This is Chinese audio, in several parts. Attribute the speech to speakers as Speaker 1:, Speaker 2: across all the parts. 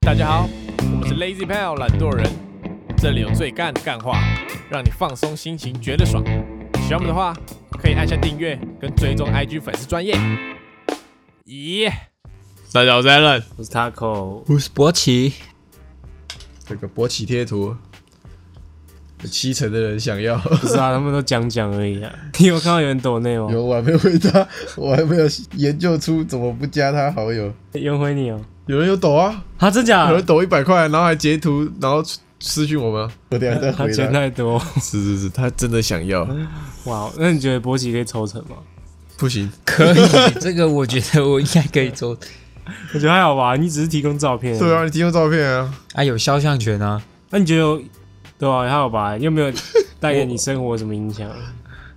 Speaker 1: 大家好，我们是 Lazy Pal 懒惰人，这里有最干的干话，让你放松心情，觉得爽。喜欢我们的话，可以按下订阅跟追踪 IG 粉丝专业。咦，大家好，我是 Alan。
Speaker 2: 我是 Taco，
Speaker 3: 我是博奇，
Speaker 4: 这个勃起贴图，有七成的人想要。
Speaker 2: 不是啊，他们都讲讲而已 啊。你有看到有人抖内吗？
Speaker 4: 有，我还没回答，我还没有研究出怎么不加他好友。
Speaker 2: 有人回你哦、
Speaker 4: 有人有抖啊，
Speaker 2: 啊，真假
Speaker 4: 有？人抖一百块，然后还截图，然后私讯我们。我等一下再
Speaker 2: 他
Speaker 4: 回
Speaker 2: 钱
Speaker 4: 答。
Speaker 2: 太多，
Speaker 4: 是是是，他真的想要，
Speaker 2: 哇！那你觉得博奇可以抽成吗？
Speaker 4: 不行，
Speaker 3: 可以， 这个我觉得我应该可以做
Speaker 2: 我觉得还好吧，你只是提供照片。
Speaker 4: 对啊，，你提供照片啊，
Speaker 3: 啊，有肖像权啊，
Speaker 2: 那你觉得有对啊，还好吧？有没有带给你生活什么影 响？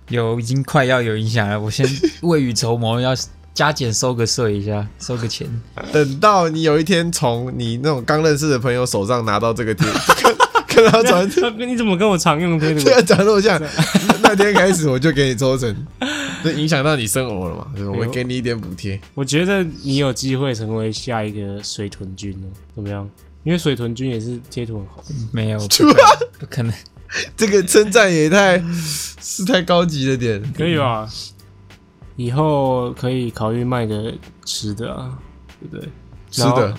Speaker 3: 有已经快要有影响了，我先未雨绸缪，要加减收个税一下，收个钱，
Speaker 4: 等到你有一天从你那种刚认识的朋友手上拿到这个贴， 跟跟他 转，
Speaker 2: 他跟你怎么跟我常用贴图
Speaker 4: 这？个长得我 像，那天开始我就给你抽成，这影响到你生活了嘛？对吧我会给你一点补贴。
Speaker 2: 我觉得你有机会成为下一个水豚君哦，怎么样？因为水豚君也是贴图很红，
Speaker 3: 没有，不可能不可能，
Speaker 4: 这个称赞也太是太高级了点。
Speaker 2: 可以吧？以后可以考虑卖个吃的啊，对不对？
Speaker 4: 是的，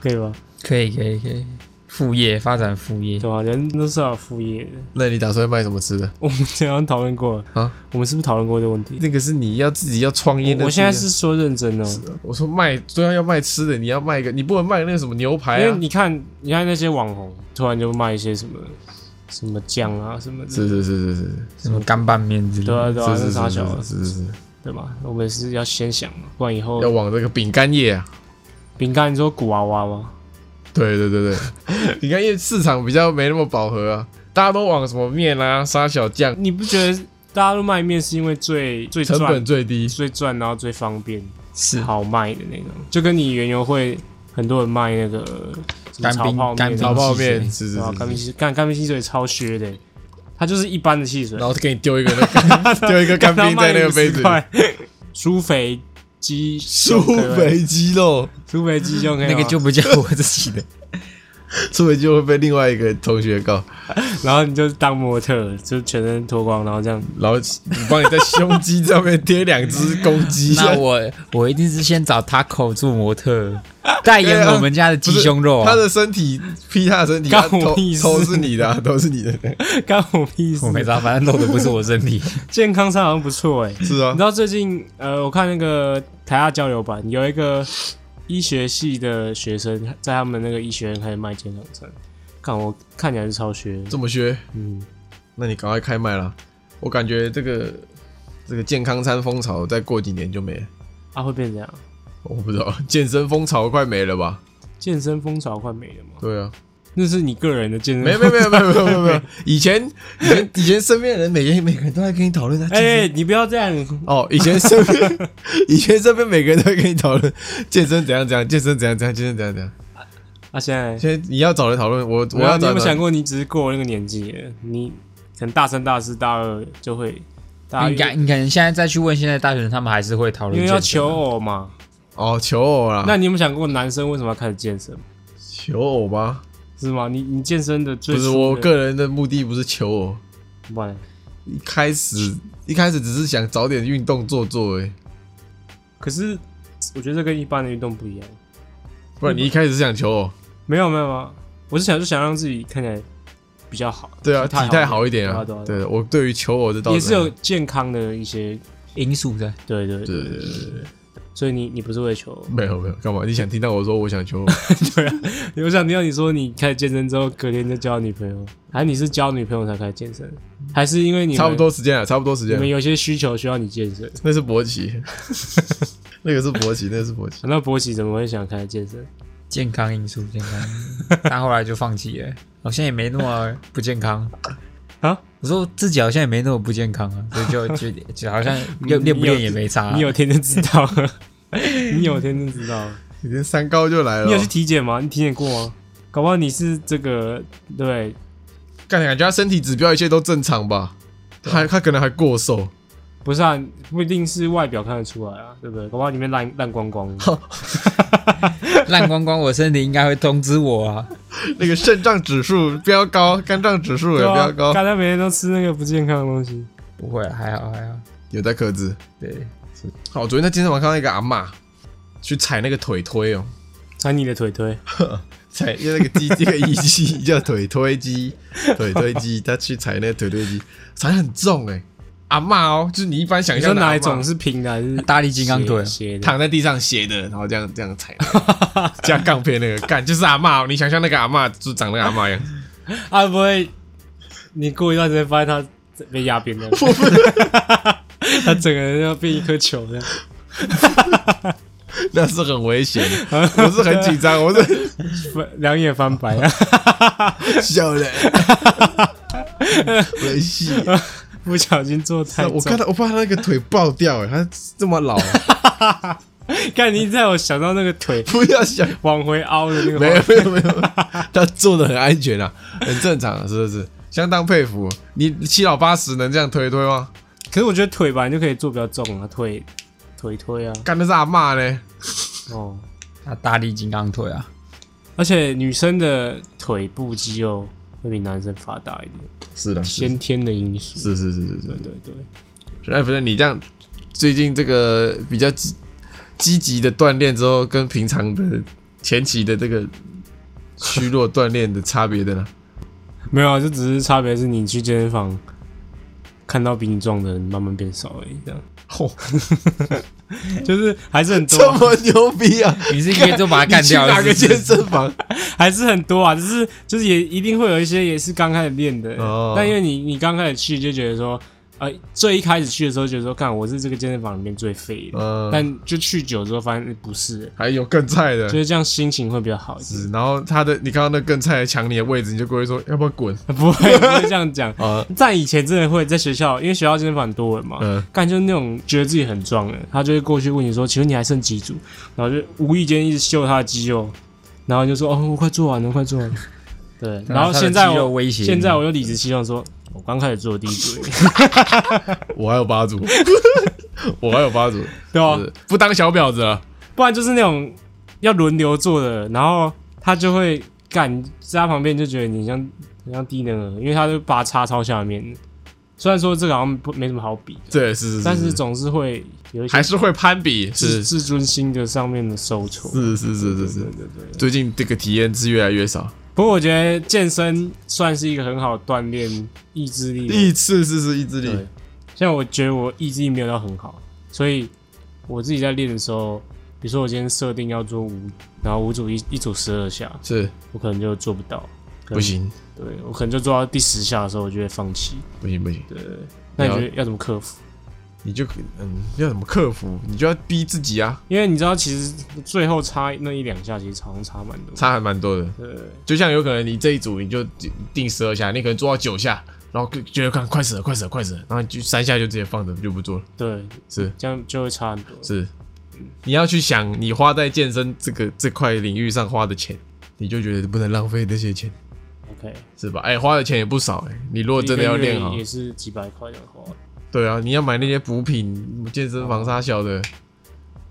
Speaker 2: 可以吧？
Speaker 3: 可以可以可以，副业发展副业，
Speaker 2: 对吧、啊人都是要有副业的。
Speaker 4: 那你打算卖什么吃的？
Speaker 2: 我们刚刚讨论过了
Speaker 4: 啊，
Speaker 2: 我们是不是讨论过这个问题？
Speaker 4: 那个是你要自己要创业的。
Speaker 2: 我我现在是说认真的哦，
Speaker 4: 我说卖，对啊，要卖吃的，你要卖一个，你不能卖那个什么牛排
Speaker 2: 因为
Speaker 4: 啊。
Speaker 2: 你看，你看那些网红突然就卖一些什么什么酱啊什么的，
Speaker 4: 是是是是是
Speaker 3: 什么干拌面之类
Speaker 2: 对
Speaker 3: 的，
Speaker 2: 啊对啊，
Speaker 4: 是
Speaker 2: 那
Speaker 4: 是
Speaker 2: 啥
Speaker 4: 是
Speaker 2: 小的
Speaker 4: 是是是，
Speaker 2: 对吧？我们是要先想嘛，不然以后
Speaker 4: 要往这个饼干 业啊。
Speaker 2: 饼干你说古娃娃吗？
Speaker 4: 对对对对，饼干业市场比较没那么饱和啊，大家都往什么面啊、沙小酱，
Speaker 2: 你不觉得大家都卖面是因为最最
Speaker 4: 成
Speaker 2: 赚
Speaker 4: 本最低。
Speaker 2: 最赚，然后最方便、
Speaker 3: 是
Speaker 2: 好卖的那种？就跟你原油会很多人卖那个什么
Speaker 3: 干
Speaker 2: 炒
Speaker 3: 冰
Speaker 2: 泡
Speaker 3: 干
Speaker 2: 面啊、
Speaker 3: 冰
Speaker 4: 炒泡面
Speaker 3: 汽
Speaker 4: 是是
Speaker 2: 对啊，干
Speaker 4: 是
Speaker 2: 冰
Speaker 4: 是，
Speaker 2: 汽干干冰汽水超削的，它就是一般的汽水
Speaker 4: 然，后给你丢一个 那个丢一个干冰在那个杯子里，
Speaker 2: 里。苏肥鸡胸
Speaker 4: 苏
Speaker 2: 可不可以，
Speaker 4: 肥鸡 肉。
Speaker 2: 苏肥鸡胸可以
Speaker 3: 那
Speaker 2: 吗
Speaker 3: 个就，不叫我自己 的，。
Speaker 4: 出门就会被另外一个同学告，
Speaker 2: 然后你就当模特，就全身脱光，然后这 样。
Speaker 4: 然后我帮你在胸肌上面贴两只公鸡
Speaker 3: 那我我一定是先找 Taco 做模特，代言我们家的鸡胸肉啊
Speaker 4: 他，的身体劈他的身体，
Speaker 2: 哦干
Speaker 4: 他
Speaker 2: 我
Speaker 4: 头
Speaker 2: 屁事
Speaker 4: 头是你 的啊，头是你的，
Speaker 2: 干我屁事
Speaker 3: 我！没知道，反正露的不是我身体，
Speaker 2: 健康餐好像不错哎、
Speaker 4: 是啊
Speaker 2: 你知，道最近呃，我看那个台大交流版有一个医学系的学生，在他们那个医学院开始卖健康餐，看我看起来是超学的，
Speaker 4: 这么削，
Speaker 2: 嗯，
Speaker 4: 那你赶快开麦啦！我感觉这个这个健康餐风潮再过几年就没了，
Speaker 2: 啊会变这样？
Speaker 4: 我不知道 健身风潮快没了吧？
Speaker 2: 健身风潮快没了吗？
Speaker 4: 对啊，
Speaker 2: 那是你个人的健身，
Speaker 4: 没有没有没有没有没有没有没有，以前以前以前身边的人每天每个人都在跟你讨论他啊健身
Speaker 2: 哎、你不要这样，
Speaker 4: 哦，以前身边，以前身边每个人都会跟你讨论健身怎样怎样，健身怎样怎样，健身怎样怎样。
Speaker 2: 啊现在。
Speaker 4: 现在你要找人讨论，我我
Speaker 2: 我要
Speaker 4: 要
Speaker 2: 你
Speaker 4: 找
Speaker 2: 有
Speaker 4: 人
Speaker 2: 没有
Speaker 4: 讨
Speaker 2: 想
Speaker 4: 论。
Speaker 2: 过，你只是过了那个年纪了，你可能大三、大四、大二就会， 大
Speaker 3: 你敢你可能现在再去问现在大学生，他们还是会讨论
Speaker 2: 因为
Speaker 3: 健身啊，
Speaker 2: 要求偶嘛。
Speaker 4: 哦，求偶啦，
Speaker 2: 那你有没有想过，男生为什么要开始健身？
Speaker 4: 求偶吗？
Speaker 2: 是吗？你你健身的最
Speaker 4: 不是，
Speaker 2: 初的
Speaker 4: 我个人的目的不是求偶，
Speaker 2: 不然
Speaker 4: 一开始一开始只是想找点运动做做而已，
Speaker 2: 可是我觉得这跟一般的运动不一样。
Speaker 4: 不然你一开始是想求偶，
Speaker 2: 没有没有没有，我是想就想让自己看起来比较好，
Speaker 4: 对啊，
Speaker 2: 体态
Speaker 4: 体态好一点
Speaker 2: 啊，
Speaker 4: 啊
Speaker 2: 对啊，对啊
Speaker 4: 对，我对于求偶这道
Speaker 2: 也是有健康的一些，
Speaker 3: 因素在。
Speaker 2: 对对
Speaker 4: 对
Speaker 2: 对，
Speaker 4: 对对对对，
Speaker 2: 所以你你不是为求，
Speaker 4: 没有没有，干嘛？你想听到我说我想求偶？
Speaker 2: 我想听到你说你开始健身之后，隔天就交女朋友，还是你是交女朋友才开始健身，还是因为 你们
Speaker 4: 差不多时间了，啊差不多时
Speaker 2: 你
Speaker 4: 间
Speaker 2: 们
Speaker 4: 了，
Speaker 2: 有些需求需要你健身？
Speaker 4: 那是勃起， 那个是勃起，那个是勃起。
Speaker 2: 那博奇怎么会想开始健身？
Speaker 3: 健康因素，健康 因素，但后来就放弃了，好像也没那么不健康
Speaker 2: 啊。
Speaker 3: 我说自己好像也没那么不健康啊，所以就就就好 像练练不练也没差啊、
Speaker 2: 你有天就知道了，你有天就知道了。
Speaker 4: 你连三高就来了哦、
Speaker 2: 你有去体检吗？你体检过吗？搞不好你是这个对啊
Speaker 4: 干，感觉他身体指标一切都正常吧？他他可能还过瘦，
Speaker 2: 不是啊，不一定是外表看得出来啊，对不对？搞不好里面烂烂光光。
Speaker 3: 烂光光，我身体应该会通知我啊。
Speaker 4: 那个肾脏指数 飙高，肝脏指数也
Speaker 2: 对啊
Speaker 4: 飙，高，
Speaker 2: 刚才每天都吃那个不健康的东西。
Speaker 3: 不会，还好还好。
Speaker 4: 有在克制。
Speaker 3: 对，
Speaker 4: 好，我昨天在健身房看到一个阿嬷去踩那个腿推哦，
Speaker 2: 踩你的腿腿，
Speaker 4: 踩因为那个机，这个仪器叫腿推机， 腿推机，她去踩那个腿推机，踩很重哎、阿嬷哦，就是你一般想
Speaker 2: 你说
Speaker 4: 象的
Speaker 2: 哪
Speaker 4: 阿
Speaker 2: 一
Speaker 4: 嬷
Speaker 2: 种是平的还 是
Speaker 3: 大力金刚腿
Speaker 2: 斜的？
Speaker 4: 躺在地上斜的，然后这样这样踩， 加杠片那个，干就是阿嬷哦，你想象那个阿嬷就长那个阿嬷样，
Speaker 2: 啊，不会，你过一段时间发现它被压 扁了， 它整个人要变一颗球这样。
Speaker 4: 那是很危险的，我是很紧张，我是
Speaker 2: 翻两眼翻白 啊！
Speaker 4: 笑 了，危险。
Speaker 2: 不小心做太重，
Speaker 4: 我看到，我怕他那个腿爆掉、欸，他这么老，
Speaker 2: 看你一直在我想到那个腿
Speaker 4: 不要想，
Speaker 2: 往回凹的那个，
Speaker 4: 没有没有没有， 他做的很安全啊，很正常、啊，是不是？相当佩服，你七老八十能这样推推吗？
Speaker 2: 可是我觉得腿吧，你就可以做比较重啊，腿腿推啊，
Speaker 4: 干的是阿骂呢，
Speaker 2: 哦，
Speaker 3: 他大力金刚腿 啊，
Speaker 2: 而且女生的腿部肌肉会比男生发达一点，
Speaker 4: 是的，
Speaker 2: 先天的因素。
Speaker 4: 是是是是
Speaker 2: 对
Speaker 4: 是，
Speaker 2: 对对，
Speaker 4: 哎，不是你这样，最近这个比较积积极的锻炼之后，跟平常的前期的这个虚弱锻炼的差别的呢？
Speaker 2: 没有啊，就只是差别是你去健身房看到比你壮的人慢慢变少而已，这样。
Speaker 4: 哦，
Speaker 2: 就是还是很多
Speaker 4: 这
Speaker 2: 啊、
Speaker 4: 么牛逼 啊！
Speaker 3: 你是一个就把它干掉
Speaker 4: 你去哪
Speaker 3: 了
Speaker 4: 个
Speaker 3: 是不
Speaker 4: 健
Speaker 3: 是？
Speaker 4: 身房？
Speaker 2: 还是很多啊，就是就是也一定会有一些也是刚开始练的，
Speaker 4: 哦
Speaker 2: 但因为你你刚开始去就觉得说，呃，最一开始去的时候觉得说，看我是这个健身房里面最废的，
Speaker 4: 嗯
Speaker 2: 但就去久之后发现欸不是，
Speaker 4: 还有更菜的
Speaker 2: 就，是这样心情会比较好一点。
Speaker 4: 是然后他的你看到那更菜的抢你的位置，你就过去说要不要滚，
Speaker 2: 不会不会这样讲
Speaker 4: 啊？
Speaker 2: 在以前真的会在学校，因为学校健身房很多人嘛，
Speaker 4: 嗯，
Speaker 2: 干就是那种觉得自己很壮的，他就会过去问你说：“请问你还剩几组？”然后就无意间一直秀他的肌肉，然后就说：“哦，我快做完了，快做完了。”对，
Speaker 3: 对啊
Speaker 2: 然后现在
Speaker 3: 他的肌肉
Speaker 2: 我
Speaker 3: 威胁你
Speaker 2: 现在我就理直气壮地说：“我刚开始做第一组而 已，
Speaker 4: 我还有八 组，我还有八组，
Speaker 2: 对吧、
Speaker 4: 是不当小婊子啊了。
Speaker 2: 不然就是那种要轮流做的，然后他就会干在他旁边就觉得你像你像低能儿，因为他就把他插超下面的。虽然说这个好像不没什么好比的，
Speaker 4: 对，是是是，
Speaker 2: 但是总是会有一些
Speaker 4: 嗯还是会攀比，
Speaker 2: 自
Speaker 4: 是是
Speaker 2: 自尊心的上面的受挫。
Speaker 4: 是是是是
Speaker 2: 对。对对。
Speaker 4: 最近这个体验是越来越少，
Speaker 2: 不过我觉得健身算是一个很好锻炼意志力的。
Speaker 4: 意志是是意志力
Speaker 2: 对，像我觉得我意志力没有到很好，所以我自己在练的时候，比如说我今天设定要做五，然后五组一一组十二下，
Speaker 4: 是
Speaker 2: 我可能就做不到，可能
Speaker 4: 不。行
Speaker 2: 对我可能就做到第十下的时候，我就会放弃。
Speaker 4: 不行不行，
Speaker 2: 对，那你
Speaker 4: 了
Speaker 2: 觉得要怎么克服？
Speaker 4: 你就嗯要怎么克服？你就要逼自己啊，
Speaker 2: 因为你知道，其实最后差那一两下，其实常常差蛮多。
Speaker 4: 差还蛮多的。
Speaker 2: 对，
Speaker 4: 就像有可能你这一组你就定十二下，你可能做到九下，然后觉得看快死了快死了快死了，然后你就三下就直接放着就不做了，
Speaker 2: 对，
Speaker 4: 是。
Speaker 2: 这样就会差很多。
Speaker 4: 是，你要去想你花在健身这个这块领域上花的钱，你就觉得不能浪费这些钱，
Speaker 2: OK，
Speaker 4: 是吧？哎、花的钱也不少哎、你如果真的要练好
Speaker 2: 一个月，也是几百块的话。
Speaker 4: 对啊，你要买那些补品、健身房啥小的，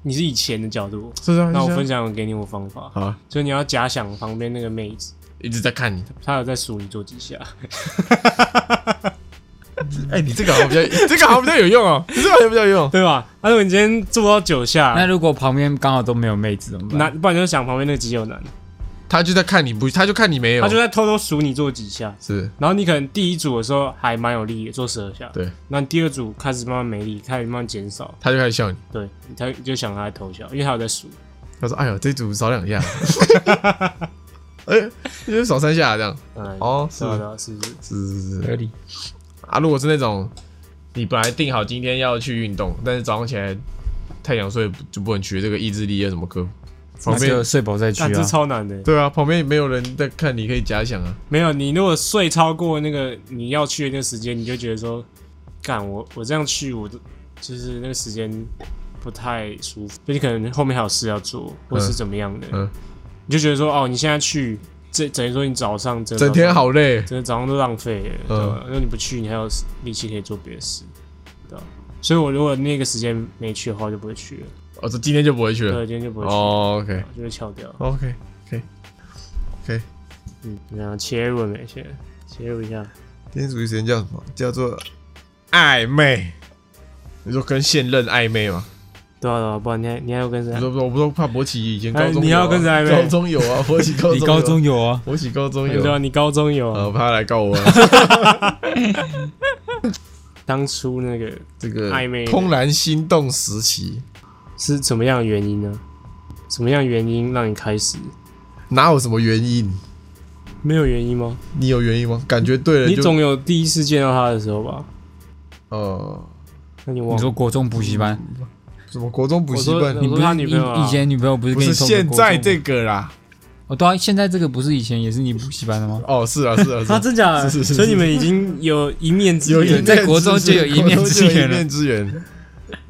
Speaker 2: 你是以钱的角度，
Speaker 4: 是啊。
Speaker 2: 那我
Speaker 4: 是啊
Speaker 2: 分享给你我方法，
Speaker 4: 好啊，
Speaker 2: 所以你要假想旁边那个妹子，
Speaker 4: 一直在看你。
Speaker 2: 她有在数你做几下，
Speaker 4: 哎、你这个好像比 较，这个好像比较有用哦， 你这个好像比较有用。
Speaker 2: 对吧？那如果你今天做到九
Speaker 3: 那
Speaker 2: 下，
Speaker 3: 如果旁边刚好都没有妹子怎么
Speaker 2: 那
Speaker 3: 办？
Speaker 2: 不然你就想旁边那个肌肉男，
Speaker 4: 哎他就在看你不，他就看你没有，
Speaker 2: 他就在偷偷数你做几下。
Speaker 4: 是
Speaker 2: 然后你可能第一组的时候还蛮有力，做十二下，
Speaker 4: 对。
Speaker 2: 那你第二组开始慢慢没力，开始慢慢减少，
Speaker 4: 他就开始笑你。
Speaker 2: 对，你才就想他在偷笑，因为他有在数。
Speaker 4: 他说：“哎呦，这组少 两下，哎、你就少三下这样。
Speaker 2: 嗯”，
Speaker 4: 哦，是
Speaker 2: 是的，是不是？
Speaker 4: 是是是。
Speaker 3: 合理。
Speaker 4: 啊，如果是那种你本来定好今天要去运动，但是早上起来太想睡就不能去，这个意志力要怎么克服？旁
Speaker 3: 那
Speaker 4: 边
Speaker 3: 就睡饱再去
Speaker 2: 但这
Speaker 3: 啊。
Speaker 2: 超难的，
Speaker 4: 对啊，旁边也没有人在看，你可以假想啊。
Speaker 2: 没有，你如果睡超过那个你要去的那个时间，你就觉得说，干我我这样去，我都就是那个时间不太舒服，就你可能后面还有事要做，或是怎么样的，
Speaker 4: 嗯
Speaker 2: 你就觉得说，哦，你现在去，这等于说你早上整
Speaker 4: 整天，好累，
Speaker 2: 整个早上都浪费了，对
Speaker 4: 嗯
Speaker 2: 吧？如果你不去，你还有力气可以做别的事，对吧？所以我如果那个时间没去的话，我就不会去了。
Speaker 4: 哦，这今天就不会去
Speaker 2: 对，
Speaker 4: 了。
Speaker 2: 今天就不会去了，
Speaker 4: 哦，OK
Speaker 2: 就会翘掉。
Speaker 4: OK，
Speaker 2: 嗯，然后切入了没切？切入一下，
Speaker 4: 今天主题时间叫什么？叫做暧昧。你说跟现任暧昧吗？
Speaker 2: 对啊对啊，不然你还你还要跟谁
Speaker 4: 我？说我不说怕博奇以前高中有啊、
Speaker 2: 哎你要跟谁暧昧
Speaker 4: 高中有啊，博奇高中
Speaker 3: 你
Speaker 4: 有
Speaker 3: 高中有啊？
Speaker 4: 博奇高中
Speaker 2: 对
Speaker 4: 有
Speaker 2: 啊，
Speaker 4: 啊，
Speaker 2: 你高中有啊
Speaker 4: 呃，怕他来告 我啊、
Speaker 2: 当初那个
Speaker 4: 这个
Speaker 2: 暧昧的
Speaker 4: 怦然心动时期，
Speaker 2: 是怎么样的原因呢？什么样的原因让你开始？
Speaker 4: 哪有什么原因？
Speaker 2: 没有原因吗？
Speaker 4: 你有原因吗？感觉对了
Speaker 2: 你
Speaker 4: 就
Speaker 2: 总有第一次见到他的时候吧？
Speaker 4: 呃，
Speaker 2: 那你忘
Speaker 3: 你
Speaker 2: 了
Speaker 3: 说？国中补习班，
Speaker 4: 什么国中补习班
Speaker 2: 我说？
Speaker 3: 你
Speaker 2: 我说
Speaker 3: 不是
Speaker 2: 他女朋友
Speaker 3: 以
Speaker 2: 啊
Speaker 3: 以前女朋友不是
Speaker 4: 不
Speaker 3: 跟你
Speaker 4: 是
Speaker 3: 说
Speaker 4: 现在这
Speaker 3: 个？
Speaker 4: 个啦。
Speaker 3: 哦，对啊，现在这个不是以前也是你补习班的吗？
Speaker 4: 哦，是啊，是啊，是
Speaker 2: 啊，
Speaker 4: 啊。
Speaker 2: 真假 的？
Speaker 4: 是是是
Speaker 2: 所以你们已经有一面之
Speaker 4: 有一
Speaker 2: 缘
Speaker 4: 面，
Speaker 3: 在国中就有一面之缘了
Speaker 4: 国中就有一面之缘，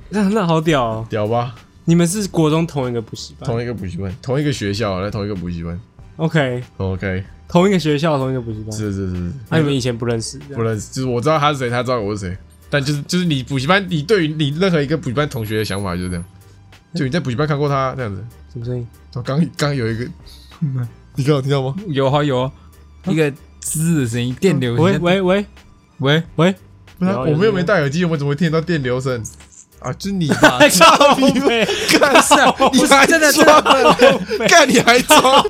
Speaker 2: 那那好屌哦！
Speaker 4: 屌吧？
Speaker 2: 你们是国中同一个补习班
Speaker 4: 同一个补习班，同一个学校，来同一个补习班。
Speaker 2: ，OK，
Speaker 4: OK，
Speaker 2: 同一个学校，同一个补习班。啊
Speaker 4: 是是是，是
Speaker 2: 那你们以前不认识？
Speaker 4: 不认识，就是我知道他是谁，他知道我是谁，但就是就是你补习班，你对于你任何一个补习班同学的想法就是这样，就你在补习班看过他这样子。
Speaker 2: 什么声音？
Speaker 4: 我刚刚有一 个，嗯你刚有听到吗？
Speaker 3: 有啊有啊，一个滋的声音，电流声。
Speaker 2: 喂喂喂
Speaker 3: 喂，
Speaker 2: 喂！
Speaker 4: 不是啊，
Speaker 2: 有有
Speaker 4: 我们又没戴耳机，我们怎么听得到电流声？啊，就是你吧，
Speaker 1: 哎
Speaker 2: 操妹！
Speaker 4: 干
Speaker 3: 是 啊 不
Speaker 4: 你
Speaker 3: 是
Speaker 4: 还
Speaker 3: 真的真
Speaker 4: 装
Speaker 3: 的
Speaker 4: 干你还装？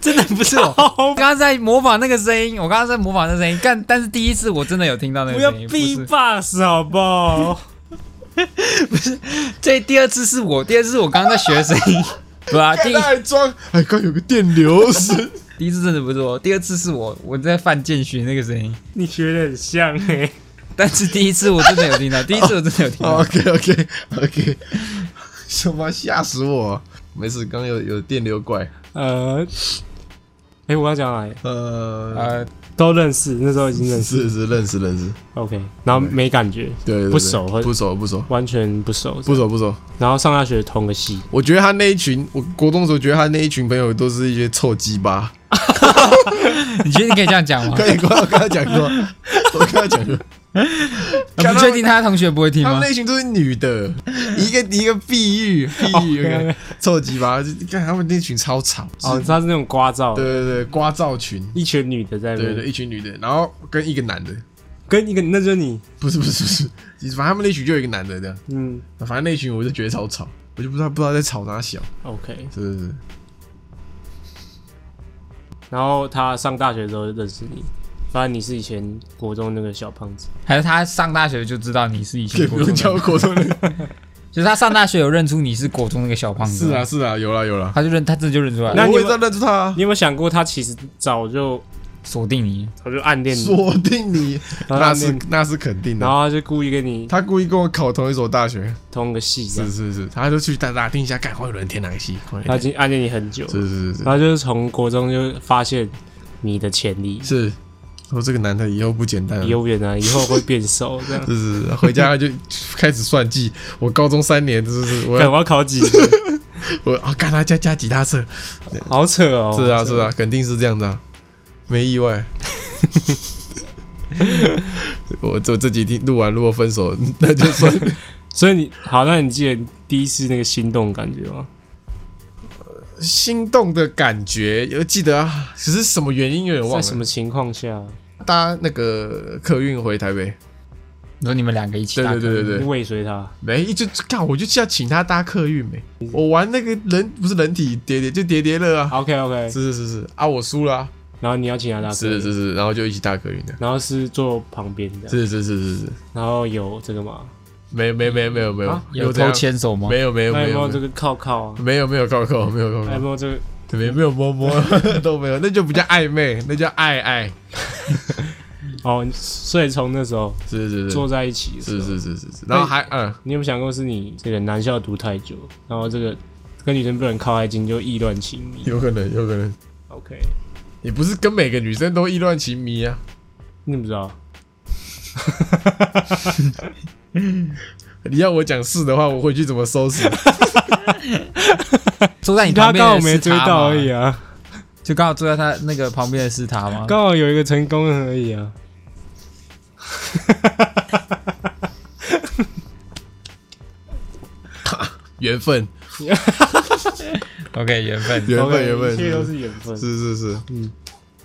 Speaker 3: 真的不是我，我刚刚在模仿那个声音，我刚刚在模仿那个声音，但但是第一次我真的有听到那个
Speaker 2: 不要
Speaker 3: 声音，不
Speaker 2: B
Speaker 3: 是
Speaker 2: box 好不好？
Speaker 3: 这第二次是我，第二次是我刚刚在学的声音，对吧、啊第
Speaker 4: 干
Speaker 3: 一
Speaker 4: 他还装？哎，刚有个电流 声，
Speaker 3: 第一次真的不是我，第二次是我我在范建勋那个声音，
Speaker 2: 你学的很像哎、
Speaker 3: 但是第一次我真的有听到，第一次我真的有听 到，
Speaker 4: OK OK OK，什么吓死我！没事，刚有有电流怪，
Speaker 2: 呃，哎、我要讲哪里？
Speaker 4: 呃，
Speaker 3: 呃，
Speaker 2: 都认识，那时候已经认识。
Speaker 4: 是是认识认识，
Speaker 2: OK，然后没感觉，
Speaker 4: 对对对
Speaker 2: 不熟或
Speaker 4: 不熟不熟
Speaker 2: 完全不熟，
Speaker 4: 不。熟不熟。
Speaker 2: 然后上大学同个系，
Speaker 4: 我觉得他那一群，我国中的时候觉得他那一群朋友都是一些臭鸡 巴，
Speaker 3: 你确定可以这样讲吗？
Speaker 4: 可以，我跟他讲过，我跟他讲过，
Speaker 3: 你不确定他同学不会听
Speaker 4: 他们
Speaker 3: 吗？
Speaker 4: 那群都是女的，一个一个碧玉碧玉，
Speaker 2: OK，OK
Speaker 4: 臭鸡巴，就看他们那群超吵，
Speaker 2: 哦，他是那种刮噪，
Speaker 4: 对，对对，瓜照群，
Speaker 2: 一群女的在那，
Speaker 4: 对对，，一群女的，然后跟一个男的，
Speaker 2: 跟一个那就是你，
Speaker 4: 不是不是不是，反正他们那群就有一个男的这样，
Speaker 2: 嗯
Speaker 4: 反正那群我就觉得超吵，我就不知道不知道在吵哪小，
Speaker 2: ，OK。
Speaker 4: 是是是，
Speaker 2: 然后他上大学的时候认识你，发现你是以前国中那个小胖子，
Speaker 3: 还是他上大学就知道你是以
Speaker 4: 也
Speaker 3: 前
Speaker 4: 不
Speaker 3: 国中
Speaker 4: 用教
Speaker 3: 的，
Speaker 4: 国中的，
Speaker 3: 就是他上大学有认出你是国中那个小胖子，
Speaker 4: 是啊，是啊，有啦有啦，
Speaker 3: 他就认他真的就认出来了，
Speaker 2: 那你
Speaker 4: 我
Speaker 2: 们
Speaker 4: 也在认出他啊，
Speaker 2: 你有没有想过他其实早就
Speaker 3: 锁定你，
Speaker 2: 早就暗恋你，
Speaker 4: 锁定你，
Speaker 2: 然后
Speaker 4: 那
Speaker 2: 暗
Speaker 4: 是
Speaker 2: 恋你，
Speaker 4: 那是肯定
Speaker 2: 然
Speaker 4: 的。
Speaker 2: 后他就故意跟你
Speaker 4: 他故意跟我考同一所大学，
Speaker 2: 同个系这
Speaker 4: 是
Speaker 2: 样，
Speaker 4: 是是，他就去打打听一下，看会有人填哪个系，会有
Speaker 2: 他已
Speaker 4: 人
Speaker 2: 经暗恋你很久，
Speaker 4: 填是是是
Speaker 2: 然后就是从国中就发现你的潜力，
Speaker 4: 是是，说这个男的以后不简单了，
Speaker 2: 有远啊，以后会变瘦这样。
Speaker 4: 是是是，回家就开始算计，我高中三年就是 我
Speaker 2: 干
Speaker 4: 要
Speaker 2: 我要考几 级？
Speaker 4: 我啊，看他家加吉他社，
Speaker 2: 好扯哦！
Speaker 4: 是啊，是啊，肯定是这样的啊、没意外。 我这这几天录完，如果分手， 那就算
Speaker 2: 所以你好，那你记得第一次那个心动感觉吗？
Speaker 4: 心动的感觉。要记得啊，只是什么原因有点忘
Speaker 2: 在
Speaker 4: 了。
Speaker 2: 什么情况下？
Speaker 4: 搭那个客运回台北？
Speaker 3: 你说你们两个一起
Speaker 4: 对
Speaker 3: 打，
Speaker 4: 对对对
Speaker 2: 你
Speaker 4: 对，
Speaker 2: 尾随他，
Speaker 4: 没就干，我就要请他搭客运没。我玩那个人不是人体叠叠，就叠叠乐啊。
Speaker 2: OK OK，
Speaker 4: 是是是是啊，我输了啊。
Speaker 2: 然后你要请他搭车，
Speaker 4: 是是是，然后就一起搭客运的。
Speaker 2: 然后是坐旁边的，
Speaker 4: 是是是是是，
Speaker 2: 然后有这个嘛？
Speaker 4: 没没没没有没有
Speaker 2: 啊
Speaker 3: 有
Speaker 4: 怎
Speaker 3: 偷
Speaker 4: 样？
Speaker 3: 牵手吗？
Speaker 4: 没有没有
Speaker 2: 那
Speaker 4: 没
Speaker 2: 有没有
Speaker 4: 有
Speaker 2: 这个靠靠啊？
Speaker 4: 没有没有扣扣，没有扣
Speaker 2: 还有
Speaker 4: 扣，
Speaker 2: 没有这个？
Speaker 4: 没没有摸摸都没有，那就不叫暧昧，那叫爱爱。
Speaker 2: 哦，所以从那时候
Speaker 4: 是是
Speaker 2: 坐
Speaker 4: 是
Speaker 2: 在一起的时候，
Speaker 4: 是是是是是，然后还嗯，
Speaker 2: 你有没有想过是你这个男校读太久，然后这个跟女生不能靠太近就意乱情迷
Speaker 4: 有可能有可能，
Speaker 2: ？OK，
Speaker 4: 你不是跟每个女生都意乱情迷啊？
Speaker 2: 你怎么知道？
Speaker 4: 你要我讲是的话，我回去怎么收拾？
Speaker 3: 坐
Speaker 4: 哎
Speaker 3: 在你旁
Speaker 2: 他
Speaker 3: 边
Speaker 2: 刚好
Speaker 3: 的
Speaker 2: 没
Speaker 3: 是
Speaker 2: 追
Speaker 3: 他吗
Speaker 2: 到而已啊，
Speaker 3: 就刚好坐在他那个旁边的是他吗？
Speaker 2: 刚好有一个成功的而已啊。
Speaker 4: 缘分，
Speaker 3: OK，缘分。
Speaker 4: 缘分，
Speaker 2: OK，
Speaker 4: 缘分，
Speaker 2: 一切都是缘分。
Speaker 4: 是是是。
Speaker 2: 嗯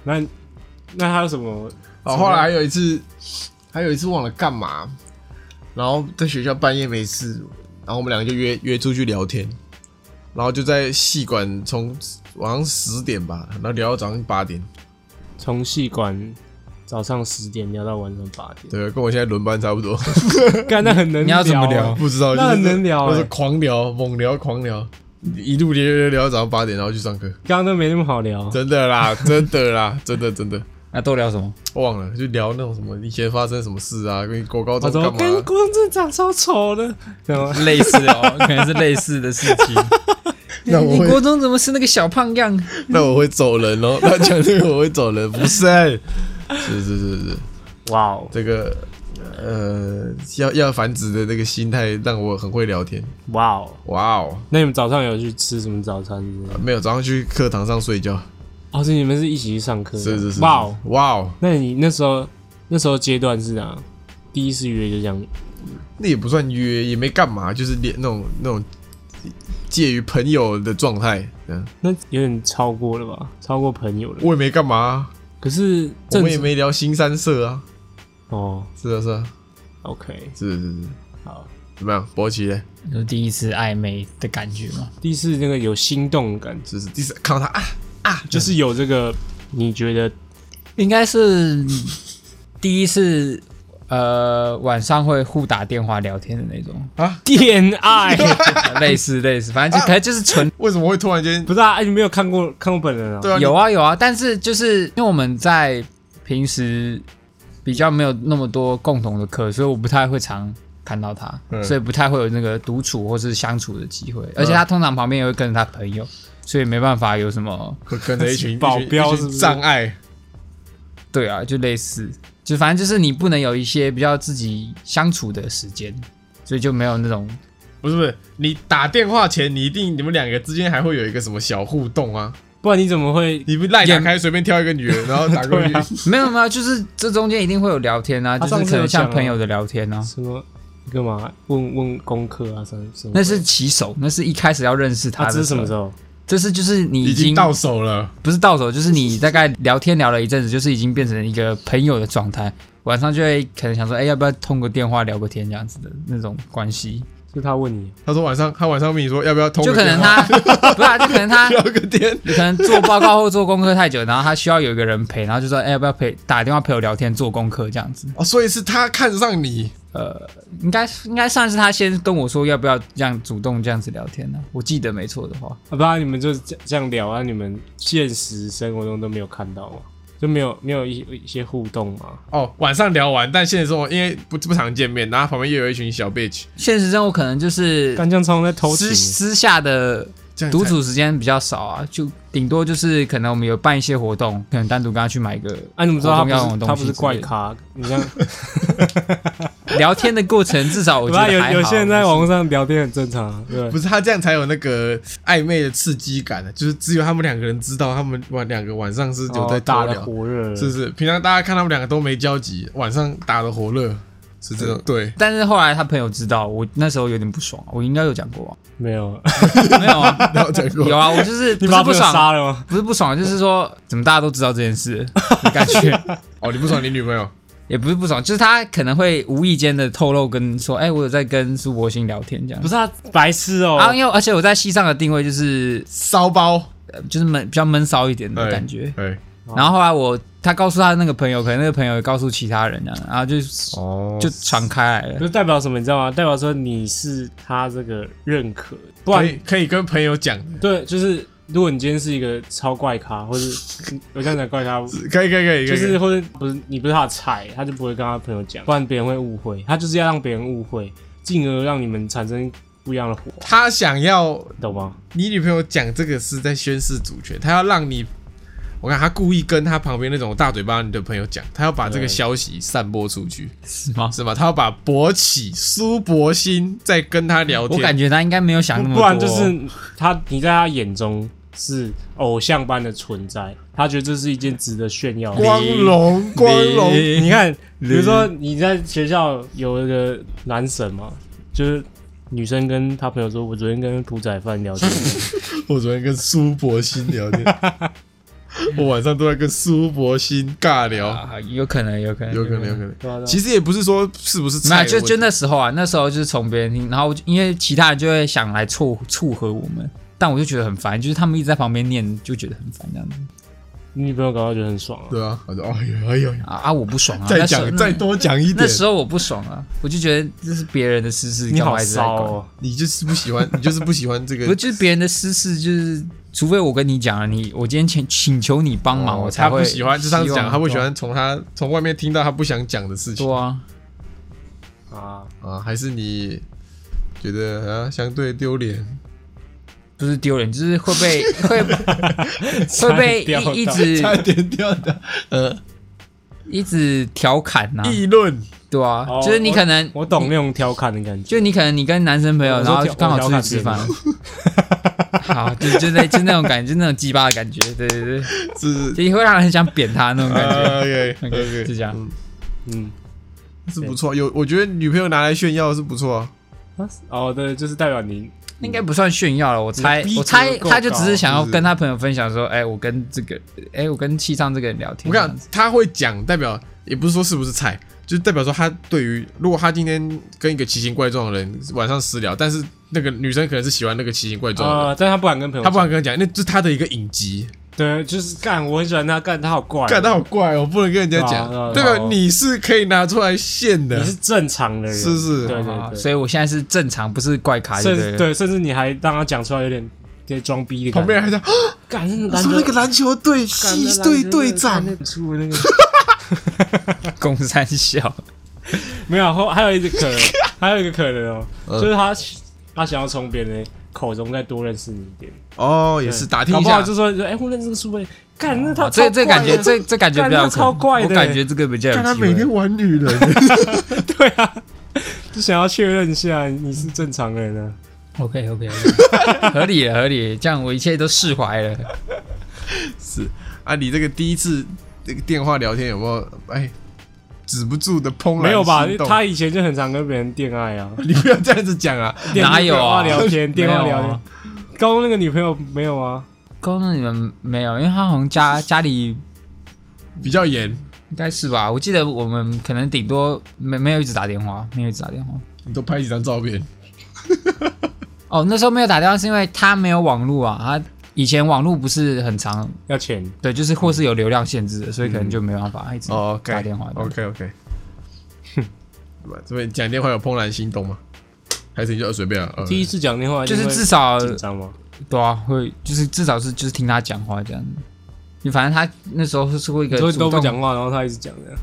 Speaker 2: 那那还有什么？
Speaker 4: 哦，后来还有一次，还有一次忘了干嘛，然后在学校半夜没事，然后我们两个就约约出去聊天，然后就在戏馆从晚上十点吧，然后聊到早上八点，
Speaker 2: 从戏馆早上十点聊到晚上八点，
Speaker 4: 对，跟我现在轮班差不多，
Speaker 2: 干那很能
Speaker 3: 你要怎么聊
Speaker 2: 啊
Speaker 4: 不知道，
Speaker 2: 那
Speaker 4: 就是
Speaker 2: 能聊欸
Speaker 4: 就是狂聊，猛聊，狂聊，一路聊聊聊到早上八点，然后去上课，
Speaker 2: 刚刚都没那么好聊。
Speaker 4: 真的啦，真的啦，真的真的
Speaker 3: 那都聊什么？
Speaker 4: 忘了，就聊那种什么以前发生什么事啊，跟国高
Speaker 2: 我
Speaker 4: 中
Speaker 2: 说
Speaker 4: 干
Speaker 2: 哦跟
Speaker 4: 嘛，啊
Speaker 2: 郭正长超丑的，然后
Speaker 3: 类似的哦， 可能是类似的事情。
Speaker 4: 那我
Speaker 3: 你
Speaker 4: 会
Speaker 3: 国中怎么是那个小胖样？
Speaker 4: 那我会走人哦。 他讲这个我会走人，不是、是是是是，
Speaker 2: 哇哦
Speaker 4: 这个呃，要要繁殖的这个心态让我很会聊天。
Speaker 2: 哇哦！
Speaker 4: 哇哦，
Speaker 2: 那你们早上有去吃什么早餐之类的？
Speaker 4: 没有早上去课堂上睡觉，
Speaker 2: 哦，所以你们是一起去上课的？
Speaker 4: 是是是，
Speaker 2: 哇哦！
Speaker 4: 哇哦，
Speaker 2: 那你那时候那时候阶段是哪？第一次约就这样，
Speaker 4: 那也不算约，也没干嘛，就是连那种那种介于朋友的状态，嗯，
Speaker 2: 那有点超过了吧？超过朋友了。
Speaker 4: 我也没干嘛啊，
Speaker 2: 可是
Speaker 4: 我
Speaker 2: 正
Speaker 4: 们也没聊新三社啊，
Speaker 2: 哦
Speaker 4: 是啊是啊，
Speaker 2: ，OK，
Speaker 4: 是是是，
Speaker 2: 好。
Speaker 4: 怎么样，博奇嘞？
Speaker 3: 就是第一次暧昧的感觉嘛。
Speaker 2: 第一次那个有心动的感觉，
Speaker 4: 是是，第三看到他啊，
Speaker 2: 就是有这个你觉得
Speaker 3: 应该是第一次，呃，晚上会互打电话聊天的那种，
Speaker 2: 恋爱，
Speaker 3: 类似类似，反正
Speaker 2: 啊
Speaker 3: 就可能就是纯
Speaker 4: 为什么会突然间
Speaker 2: 不是啊？哎你没有看过看过本人啊？
Speaker 4: 对啊？你
Speaker 3: 有啊有啊，但是就是因为我们在平时比较没有那么多共同的课，所以我不太会常看到他，
Speaker 4: 嗯
Speaker 3: 所以不太会有那个独处或是相处的机会。
Speaker 2: 嗯
Speaker 3: 而且他通常旁边也会跟着他朋友，所以没办法有什么
Speaker 4: 可可能一 群
Speaker 2: 保镖
Speaker 4: 一群
Speaker 2: 是不是
Speaker 4: 障碍，
Speaker 3: 对啊，就类似，就反正就是你不能有一些比较自己相处的时间，所以就没有那种
Speaker 4: 不是不是，你打电话前，你一定你们两个之间还会有一个什么小互动啊？
Speaker 2: 不然你怎么会？
Speaker 4: 你不赖打开随便挑一个女人，然后打过去，
Speaker 2: 对啊
Speaker 3: 没有没有，就是这中间一定会有聊天啊，
Speaker 2: 他
Speaker 3: 就
Speaker 2: 上
Speaker 3: 是
Speaker 2: 次
Speaker 3: 可能
Speaker 2: 有讲
Speaker 3: 像
Speaker 2: 啊
Speaker 3: 朋友的聊天啊。
Speaker 2: 什么？你干嘛？问问功课啊？什么什么？
Speaker 3: 那是起手，那是一开始要认识他
Speaker 2: 他
Speaker 4: 啊
Speaker 3: 的。
Speaker 2: 这是什么时
Speaker 3: 候？
Speaker 2: 候？
Speaker 3: 这是就是你
Speaker 4: 已
Speaker 3: 已
Speaker 4: 经
Speaker 3: 经
Speaker 4: 到手了。
Speaker 3: 不是到手，就是你大概聊天聊了一阵子，就是已经变成一个朋友的状态。晚上就会可能想说，哎、要不要通个电话聊个天这样子的那种关系？
Speaker 2: 是他问你，啊
Speaker 4: 他说晚上，他晚上问你说要不要通个
Speaker 3: 就可
Speaker 4: 电
Speaker 3: 能
Speaker 4: 话，
Speaker 3: 他 不是、啊，就可 能他
Speaker 4: 聊个天，
Speaker 3: 可能做报告或做功课太久，然后他需要有一个人陪，然后就说，哎、要不要陪打电话陪我聊天做功课这样子？
Speaker 4: 哦，所以是他看上你，
Speaker 3: 呃，应该应该算是他先跟我说要不要这样主动这样子聊天呢、啊我记得没错的话，
Speaker 2: 啊，不然你们就这这样聊啊？你们现实生活中都没有看到吗？啊就没有没有一一些互动啊吗？
Speaker 4: 哦，晚上聊完，但现实生活因为不不常见面，然后旁边又有一群小 bitch，
Speaker 3: 现实生活可能就是
Speaker 2: 干将超在偷情
Speaker 3: 私，私下的
Speaker 4: 这样
Speaker 3: 独
Speaker 4: 才
Speaker 3: 处时间比较少啊，就顶多就是可能我们有办一些活动，可能单独跟他去买个
Speaker 2: 啊，你们知道他
Speaker 3: 活动要用
Speaker 2: 不是
Speaker 3: 的东
Speaker 2: 他
Speaker 3: 西
Speaker 2: 不是
Speaker 3: 之
Speaker 2: 怪
Speaker 3: 类的
Speaker 2: 咖？你像
Speaker 3: 聊天的过程，至少 我
Speaker 2: 不
Speaker 3: 觉
Speaker 2: 然
Speaker 3: 得还
Speaker 2: 有有
Speaker 3: 好
Speaker 2: 些人在网络上聊天很正常啊，对不对
Speaker 4: 不是他这样才有那个暧昧的刺激感的，就是只有他们两个人知道，他们晚两个晚上是有在
Speaker 2: 哦打
Speaker 4: 多
Speaker 2: 的
Speaker 4: 聊，
Speaker 2: 火热了，
Speaker 4: 是不是？平常大家看他们两个都没交集，晚上打的火热，是这种对。
Speaker 3: 但是后来他朋友知道，我那时候有点不爽，啊我应该有讲 过
Speaker 2: 没有？
Speaker 3: 啊，没有啊，
Speaker 4: 然后讲过
Speaker 3: 有啊，我就是 不
Speaker 2: 你
Speaker 3: 是
Speaker 2: 把
Speaker 3: 不
Speaker 2: 朋友
Speaker 3: 爽，
Speaker 2: 杀了吗？
Speaker 3: 不是不爽，就是说怎么大家都知道这件事，的感 觉
Speaker 4: 哦，你不爽你女朋友？
Speaker 3: 也不是不爽，就是他可能会无意间的透露跟说，哎、我有在跟苏博兴聊天这样
Speaker 2: 不。是啊，白痴哦、
Speaker 3: 啊，因为而且我在西上的定位就是呃
Speaker 4: 骚包，
Speaker 3: 就是闷比较闷骚一点的感觉，
Speaker 4: 对，
Speaker 3: 然后后来我他告诉他那个朋友，可能那个朋友也告诉其他人这样，然后就
Speaker 4: 哦
Speaker 3: 就传开来
Speaker 2: 不
Speaker 3: 了。
Speaker 2: 是代表什么，你知道吗？代表说你是他这个认可，不
Speaker 4: 可
Speaker 2: 然
Speaker 4: 以可以跟朋友讲，
Speaker 2: 对，就是如果你今天是一个超怪咖，或是我这样讲怪咖，
Speaker 4: 可以可以可以可以，
Speaker 2: 就是或者不是你不是他的菜，他就不会跟他朋友讲，不然别人会误会，他就是要让别人误会，进而让你们产生不一样的火花，
Speaker 4: 他想要
Speaker 2: 懂吗？
Speaker 4: 你女朋友讲这个是在宣示主权，他要让你，我看他故意跟他旁边那种大嘴巴的朋友讲，他要把这
Speaker 2: 对
Speaker 4: 个消息散播出去，
Speaker 3: 是吗？
Speaker 4: 是吗？他要把博起苏博兴在跟他聊
Speaker 3: 我
Speaker 4: 天，
Speaker 3: 感觉他应该没有想那么
Speaker 2: 不
Speaker 3: 多，
Speaker 2: 不然就是他，你在他眼中是偶像般的存在，他觉得这是一件值得炫耀的
Speaker 4: 光荣光荣，
Speaker 2: 你看，比如说你在学校有一个男神嘛，就是女生跟她朋友说，我昨天跟屠宰饭聊 天，
Speaker 4: 我昨天跟苏博鑫聊 天，我晚上都在跟苏博鑫尬聊，
Speaker 3: 啊，有可能，有可能，
Speaker 4: 有可能，有可能。
Speaker 2: 对啊对啊
Speaker 4: 其实也不是说是不是
Speaker 3: 没
Speaker 4: 菜的
Speaker 3: 有，
Speaker 4: 问题，
Speaker 3: 就就那时候啊，那时候就是从别人听，然后因为其他人就会想来撮撮合我们，但我就觉得很烦，就是他们一直在旁边念，就觉得很烦这样子
Speaker 2: 你女朋友搞到觉得很爽啊。
Speaker 4: 对啊，我说哎呦哎呦，
Speaker 3: 啊啊，我不爽啊，
Speaker 4: 再
Speaker 3: 那时候
Speaker 4: 讲再多讲一
Speaker 3: 那
Speaker 4: 点，
Speaker 3: 时候我不爽啊，我就觉得这是别人的私事，
Speaker 2: 你
Speaker 3: 干
Speaker 2: 好
Speaker 3: 嘛一直在
Speaker 2: 骚
Speaker 3: 管
Speaker 2: 哦！
Speaker 4: 你就是不喜 欢，你就是不喜欢这
Speaker 3: 不
Speaker 4: 个
Speaker 3: 是，就是别人的私事，就是除非我跟你讲了，你我今天请请求你帮忙，我
Speaker 4: 哦
Speaker 3: 才
Speaker 4: 他
Speaker 3: 会
Speaker 4: 不喜欢，就上次
Speaker 3: 希
Speaker 4: 讲
Speaker 3: 望啊
Speaker 4: 他不喜欢从他从外面听到他不想讲的事情
Speaker 3: 对啊，
Speaker 2: 啊，
Speaker 4: 啊，还是你觉得啊相对丢脸，
Speaker 3: 不是丢脸，就是会被 会会 被
Speaker 2: 差点掉
Speaker 3: 一一
Speaker 2: 到
Speaker 3: 直
Speaker 4: 差点掉的呃
Speaker 3: 一直调侃呐、
Speaker 4: 议论，
Speaker 3: 对啊，
Speaker 2: 哦
Speaker 3: 就是你可能
Speaker 2: 我懂那种调侃的感觉。
Speaker 3: 就你可能你跟男生朋友，
Speaker 2: 我说
Speaker 3: 然后
Speaker 2: 调
Speaker 3: 刚好
Speaker 2: 我调
Speaker 3: 出
Speaker 2: 侃
Speaker 3: 去吃
Speaker 2: 别人
Speaker 3: 饭， 好，就就那就那种感觉，就那种鸡巴的感觉，对对对，
Speaker 4: 是呃
Speaker 3: 就会让人很想扁他那种感觉。
Speaker 4: 啊 OK
Speaker 3: OK，
Speaker 4: OK，
Speaker 3: 就这样
Speaker 2: 嗯，
Speaker 4: 是不错，有我觉得女朋友拿来炫耀是不错啊，
Speaker 2: 啊哦，对，就是代表你
Speaker 3: 那应该不算炫耀了，我
Speaker 2: 你
Speaker 3: 猜
Speaker 2: 的逼，格
Speaker 3: 我猜
Speaker 2: 够
Speaker 3: 他就只是想要
Speaker 4: 高是
Speaker 3: 跟他朋友分享说，哎，我跟这个，哎，我跟气唱这个人聊天。啊
Speaker 4: 我跟
Speaker 3: 这
Speaker 4: 你
Speaker 3: 样
Speaker 4: 讲
Speaker 3: 子，
Speaker 4: 他会讲，代表也不是说是不是菜，就代表说他对于如果他今天跟一个奇形怪状的人晚上私聊，但是那个女生可能是喜欢那个奇形怪状的人，
Speaker 2: 啊，但他不敢跟朋友
Speaker 4: 他
Speaker 2: 讲，
Speaker 4: 不敢跟他讲，那这是他的一个隐疾。
Speaker 2: 对，就是干，我很喜欢他，干他好怪哦，
Speaker 4: 干他好怪哦，不能跟人家讲
Speaker 2: 对啊，对
Speaker 4: 代
Speaker 2: 啊
Speaker 4: 表你是可以拿出来现的
Speaker 2: 你。是正常的人，
Speaker 4: 是是
Speaker 2: 对
Speaker 3: 啊
Speaker 2: 对对，
Speaker 3: 所以我现在是正常，不是怪咖，对
Speaker 2: 甚
Speaker 3: 对对。
Speaker 2: 对，甚至你还让他讲出来有点有点装逼的感
Speaker 4: 旁
Speaker 2: 觉。
Speaker 4: 边还在说
Speaker 2: 干那
Speaker 4: 那个篮球队系队队长，
Speaker 2: 出那个
Speaker 3: 公三小，
Speaker 2: 没有，啊后还有一个 可能，还有一个可能哦，
Speaker 4: 嗯
Speaker 2: 就是他他想要从别人口中再多认识你一点，
Speaker 4: 哦，也是打听
Speaker 2: 搞
Speaker 4: 一
Speaker 2: 不好
Speaker 4: 下，
Speaker 2: 就说哎，我认识这个苏菲，干那他
Speaker 3: 啊这
Speaker 2: 超
Speaker 3: 这
Speaker 2: 怪
Speaker 3: 感 觉
Speaker 2: 的
Speaker 3: 这这感觉比
Speaker 2: 干
Speaker 3: 较
Speaker 2: 他
Speaker 3: 有可
Speaker 2: 超
Speaker 3: 能
Speaker 2: 怪的
Speaker 3: 我感觉这个比较有
Speaker 4: 看他
Speaker 3: 机
Speaker 4: 每天
Speaker 3: 会。
Speaker 4: 玩女人，
Speaker 2: 对啊，就想要确认一下你是正常人啊。
Speaker 3: OK OK，合理了合理，这样我一切都释 怀了。
Speaker 4: 是啊，你这个第一次这个电话聊天有没有哎止不住的怦然
Speaker 2: 没有吧
Speaker 4: 心？动
Speaker 2: 他以前就很常跟别人恋爱啊，
Speaker 4: 你不要这样子讲啊！
Speaker 3: 哪有
Speaker 2: 电话
Speaker 3: 啊？
Speaker 2: 聊天，电话聊
Speaker 3: 没有
Speaker 2: 天
Speaker 3: 啊。。
Speaker 2: 高中那个女朋友没有啊？
Speaker 3: 高中你们没有，因为他好像家家里
Speaker 4: 比较严，
Speaker 3: 应该是吧？我记得我们可能顶多没没有一直打电话，没有一直打电话。
Speaker 4: 你都拍几张照片，
Speaker 3: 哦，那时候没有打电话是因为他没有网络啊，他以前网络不是很长，
Speaker 2: 要钱，
Speaker 3: 对，就是或是有流量限制的，所以可能就没办法
Speaker 2: 嗯
Speaker 3: 一直
Speaker 4: 哦，OK
Speaker 3: 打电话。
Speaker 4: OK OK，哼， 这边讲电话有怦然心动吗？还是你就随便啊？呃
Speaker 2: 第一次讲电话
Speaker 3: 就是至
Speaker 2: 自
Speaker 3: 少
Speaker 2: 紧张吗？
Speaker 3: 对啊，会就是至少是就是听他讲话这样子。你反正他那时候是会一个
Speaker 2: 你说你
Speaker 3: 主
Speaker 2: 都
Speaker 3: 动
Speaker 2: 不讲话，然后他一直讲这样。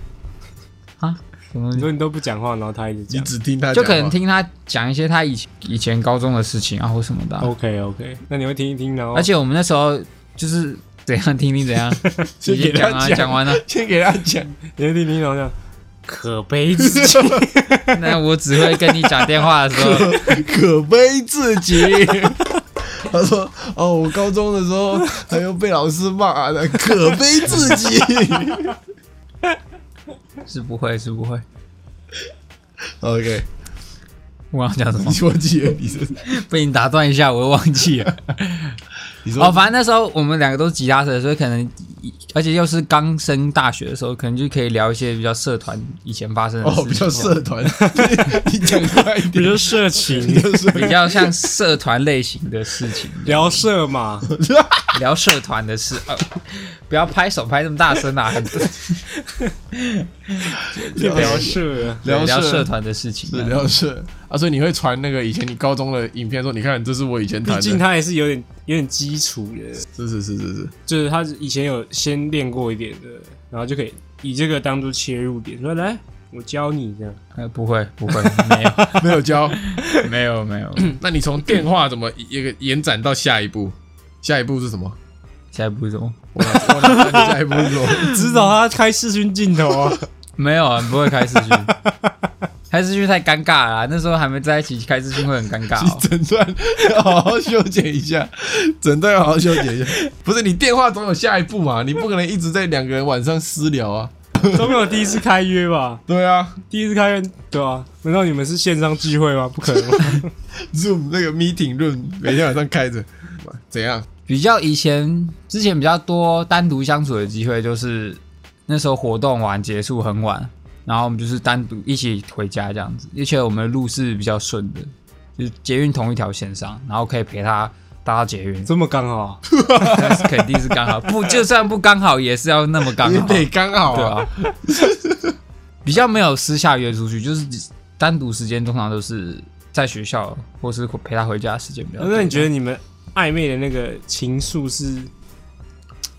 Speaker 3: 啊，什么东
Speaker 2: 你
Speaker 3: 西
Speaker 2: 说你都不讲话，然后他一直
Speaker 4: 你
Speaker 2: 讲。
Speaker 4: 只听他
Speaker 3: 就
Speaker 4: 讲话
Speaker 3: 可能听他讲一些他以前以前高中的事情啊或什么的啊、
Speaker 2: OK OK，那你会听一听，然后
Speaker 3: 而且我们那时候就是怎样听听 怎样，
Speaker 4: 先
Speaker 3: 直
Speaker 4: 给
Speaker 3: 接
Speaker 4: 他
Speaker 3: 讲啊，
Speaker 4: 讲
Speaker 3: 讲完了，
Speaker 4: 先给他讲，
Speaker 2: 你会听一听，然后这样可悲之极。
Speaker 3: 那我只会跟你讲电话的时候，
Speaker 4: 可悲至极。 他说：“哦，我高中的时候还要被老师骂的，可悲至极。
Speaker 3: 是不会是不会。
Speaker 4: ”OK，
Speaker 3: 我刚刚讲什么
Speaker 4: 你？忘记了你是
Speaker 3: 被你打断一下，我又忘记 了。
Speaker 4: 你说
Speaker 3: 哦，反正那时候我们两个都是吉他社，所以可能，而且又是刚升大学的时候，可能就可以聊一些比较社团以前发生的事
Speaker 4: 哦，
Speaker 3: 情，
Speaker 4: 比较社 团，你讲快一
Speaker 2: 比
Speaker 4: 点，
Speaker 2: 如社情
Speaker 4: 比较社
Speaker 3: 比较像社团类型的事情，
Speaker 2: 聊社嘛，
Speaker 3: 聊社团的事。呃， 不要拍手拍那么大声啊！很
Speaker 2: 就 聊 社。
Speaker 4: 聊
Speaker 3: 聊
Speaker 4: 社
Speaker 3: 社团的事情
Speaker 4: 是
Speaker 3: 啊，
Speaker 4: 聊社啊，所以你会传那个以前你高中的影片说，你看这是我以前弹
Speaker 2: 毕
Speaker 4: 的，
Speaker 2: 竟他也是有点有点基础的，
Speaker 4: 是是是是是，
Speaker 2: 就是他以前有先练过一点的，然后就可以以这个当做切入点，说来我教你这样。
Speaker 3: 呃，不会不会，没 有
Speaker 4: 没有教。
Speaker 3: 没有没有。
Speaker 4: 那你从电话怎么一个延展到下一步？下一步是什么？
Speaker 3: 下一步是什么？
Speaker 4: 我哪我哪知道你下一步是 什么？
Speaker 2: 指导他开视讯镜头啊，
Speaker 3: 没有啊，不会开视 讯，开视讯太尴尬了啊、那时候还没在一起，开视讯会很尴尬、哦。
Speaker 4: 诊断要好好修剪一下，诊断要好好修剪一下。不是你电话总有下一步嘛？你不可能一直在两个人晚上私聊啊。
Speaker 2: 都没有第一次开约吧？
Speaker 4: 对啊
Speaker 2: 第一次开约，对啊？难道你们是线上聚会吗？不 可能吧，
Speaker 4: ，Zoom 那个 meeting room 每天晚上开着，怎样？
Speaker 3: 比较以前之前比较多单独相处的机会，就是那时候活动完结束很晚，然后我们就是单独一起回家这样子，而且我们的路是比较顺的，就是捷运同一条线上，然后可以陪他搭到捷 运，
Speaker 2: 这么刚好啊，
Speaker 3: 但是肯定是刚好，不就算不刚好也是要那么刚
Speaker 4: 也
Speaker 3: 好，
Speaker 4: 得刚好
Speaker 3: 对
Speaker 4: 啊。
Speaker 3: 啊，比较没有私下约出去，就是单独时间通常都是在学校或是陪他回家的时间比较多。
Speaker 2: 那你觉得你们暧昧的那个情愫是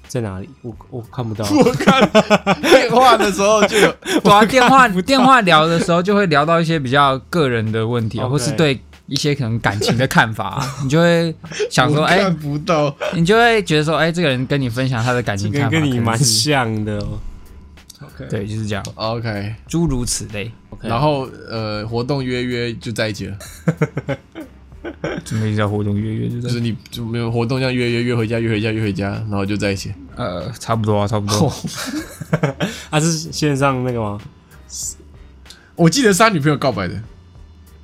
Speaker 2: 在哪里？我 我看不到，
Speaker 4: 我看
Speaker 3: 啊
Speaker 4: 电话的时候就有，
Speaker 3: 对啊，电话电话聊的时候就会聊到一些比较个人的问题啊，
Speaker 2: OK
Speaker 3: 或是对一些可能感情的看法啊，你就会想说，
Speaker 4: 我
Speaker 3: 哎、
Speaker 4: 看不到，
Speaker 3: 你就会觉得说，哎、这个人跟你分享他的感情看
Speaker 2: 跟
Speaker 3: 法，
Speaker 2: 跟你
Speaker 3: 可能
Speaker 2: 蛮
Speaker 3: 是
Speaker 2: 像的哦。OK，
Speaker 3: 对，就是这样，
Speaker 4: OK，
Speaker 3: 诸如此类，
Speaker 2: OK
Speaker 4: 然后呃，活动约约就在一起了，
Speaker 3: 什么叫活动约约，就
Speaker 4: 就是
Speaker 3: 是
Speaker 4: 你就没有活动这样约约约回家，约回家，约回家，然后就在一起。
Speaker 3: 呃，差不多啊，差不多。
Speaker 2: 啊是线上那个吗
Speaker 4: 我记得是他女朋友告白的，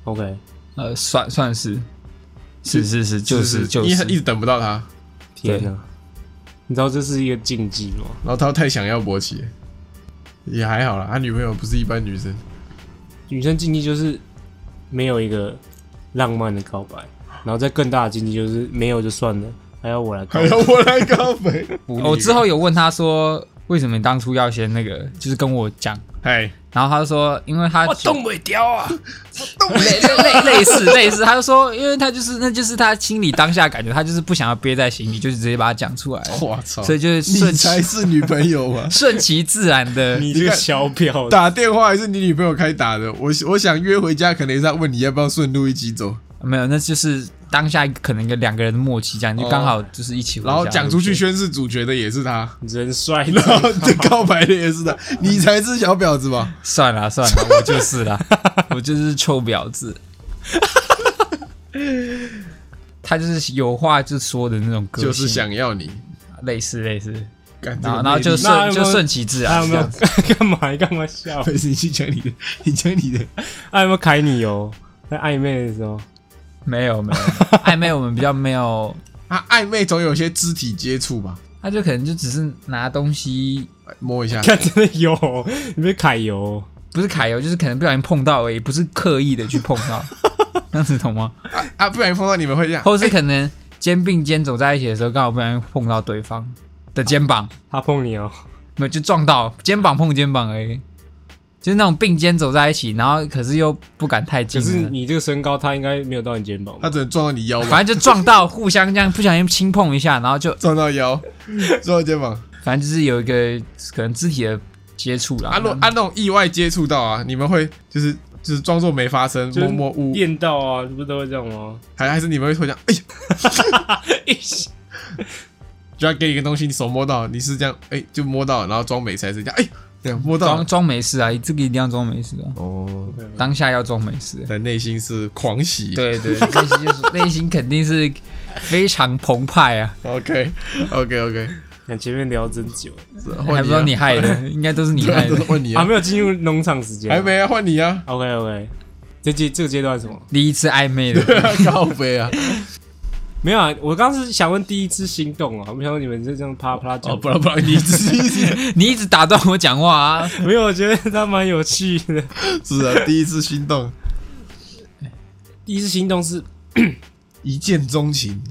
Speaker 2: ？OK，
Speaker 3: 呃，算算是，是是是，就是就
Speaker 4: 因为
Speaker 3: 是
Speaker 4: 他，一直等不到他，
Speaker 2: 天哪！你知道这是一个禁忌吗？
Speaker 4: 然后他太想要勃起，也还好啦，他女朋友不是一般女生，
Speaker 2: 女生禁忌就是没有一个浪漫的告白，然后再更大的禁忌就是没有就算了，还要我来告
Speaker 4: 还
Speaker 2: 白。
Speaker 4: 要我来告 白。
Speaker 3: 我之后有问他说，为什么你当初要先那个，就是跟我讲，
Speaker 4: 哎，
Speaker 3: 然后他就说，因为他
Speaker 2: 不掉啊！
Speaker 3: 类类类似类似，他就说，因为他就是那就是他心里当下感觉，他就是不想要憋在心里，就是直接把它讲出来，
Speaker 4: 我操，
Speaker 3: 所以就是
Speaker 4: 你
Speaker 3: 顺其
Speaker 4: 才是女朋友啊！
Speaker 3: 顺其自然的。
Speaker 2: 你这个小婊子，
Speaker 4: 打电话还是你女朋友开打的，我我想约回家，可能也是要问你要不要顺路一起走，
Speaker 3: 没有，那就是当下可能一个两个人的默契，这样就刚好就是一起回
Speaker 4: 哦
Speaker 3: 家。
Speaker 4: 然后讲出去
Speaker 3: 对不
Speaker 4: 宣誓主角的也是他，
Speaker 2: 人帅
Speaker 4: 然后这告白的也是他，你才是小婊子吧
Speaker 3: 对？算了算了，我就 是啦，我就是臭婊子。他就是有话就说的那种个性，
Speaker 4: 就是想要你，
Speaker 3: 类似类似，
Speaker 4: 干这个
Speaker 3: 然后然后
Speaker 4: 魅力
Speaker 3: 就
Speaker 2: 那
Speaker 3: 顺
Speaker 2: 有没有
Speaker 3: 就顺其自
Speaker 2: 他
Speaker 3: 然
Speaker 2: 有没
Speaker 3: 这
Speaker 2: 有
Speaker 3: 样 子。
Speaker 2: 干嘛？干嘛笑？
Speaker 4: 不是 你去讲你的，你讲你的，
Speaker 2: 他有没有开你哦？在暧昧的时候，
Speaker 3: 没有 没有暧昧，我们比较没有
Speaker 4: 他暧昧总有些肢体接触吧，
Speaker 3: 他就可能就只是拿东西，
Speaker 4: 摸一下，
Speaker 2: 看真的有哦，你被揩油哦。
Speaker 3: 不是揩油，就是可能不小心碰到而已，不是刻意的去碰 到，这样子懂吗？
Speaker 4: 啊，不然碰到你们会这样，
Speaker 3: 或者是可能肩并肩走在一起的时候，刚好不小心碰到对方的肩膀，
Speaker 2: 他碰你哦，
Speaker 3: 没有就撞到肩膀碰肩膀而已，就是那种并肩走在一起，然后可是又不敢太
Speaker 2: 可
Speaker 3: 近啊
Speaker 2: 是
Speaker 3: 了，
Speaker 2: 你这个身高，他应该没有到你肩膀吧
Speaker 4: 他只能撞到你腰吧，
Speaker 3: 反正就撞到，互相这样不小心轻碰一下，然后就
Speaker 4: 撞到腰，撞到肩膀，
Speaker 3: 反正就是有一个可能肢体的接触啦。
Speaker 4: 啊，如果啊那种意外接触到啊，你们会就是就是装作没发生，
Speaker 2: 就是
Speaker 4: 默默呜，
Speaker 2: 电到啊，不是都会这样吗？
Speaker 4: 还还是你们会突然讲，哎呀，
Speaker 2: 哎
Speaker 4: 就要给你一个东西，你手摸到，你是这样，哎、就摸到，然后装没才是这样，哎、这样摸到
Speaker 3: 装，装没事啊，这个一定要装没事啊，
Speaker 4: 哦，
Speaker 3: 当下要装没事、
Speaker 4: 但内心是狂喜，
Speaker 3: 对对，内心就是内心肯定是非常澎湃啊！
Speaker 4: ，OK OK OK，
Speaker 2: 看前面聊真久
Speaker 4: 是
Speaker 3: 还
Speaker 4: 换
Speaker 3: 不
Speaker 4: 你、
Speaker 3: 知道
Speaker 4: 啊，
Speaker 3: 你害的，应该都是你害的
Speaker 4: 对。换你
Speaker 2: 还
Speaker 4: 啊，
Speaker 2: 没有进入农场时间啊，
Speaker 4: 还没啊，换你啊，
Speaker 2: OK OK，这阶这个阶段是什么？
Speaker 3: 第一次暧昧的，
Speaker 4: 靠背啊，
Speaker 2: 没有啊，我刚是想问第一次心动啊，我没想到你们就这样啪啪
Speaker 4: 哦，
Speaker 2: 讲，
Speaker 4: 不然不然你自己
Speaker 3: 你一直打断我讲话啊！
Speaker 2: 没有，我觉得他蛮有趣的。
Speaker 4: 是啊，第一次心动，
Speaker 2: 第一次心动是
Speaker 4: 一见钟情，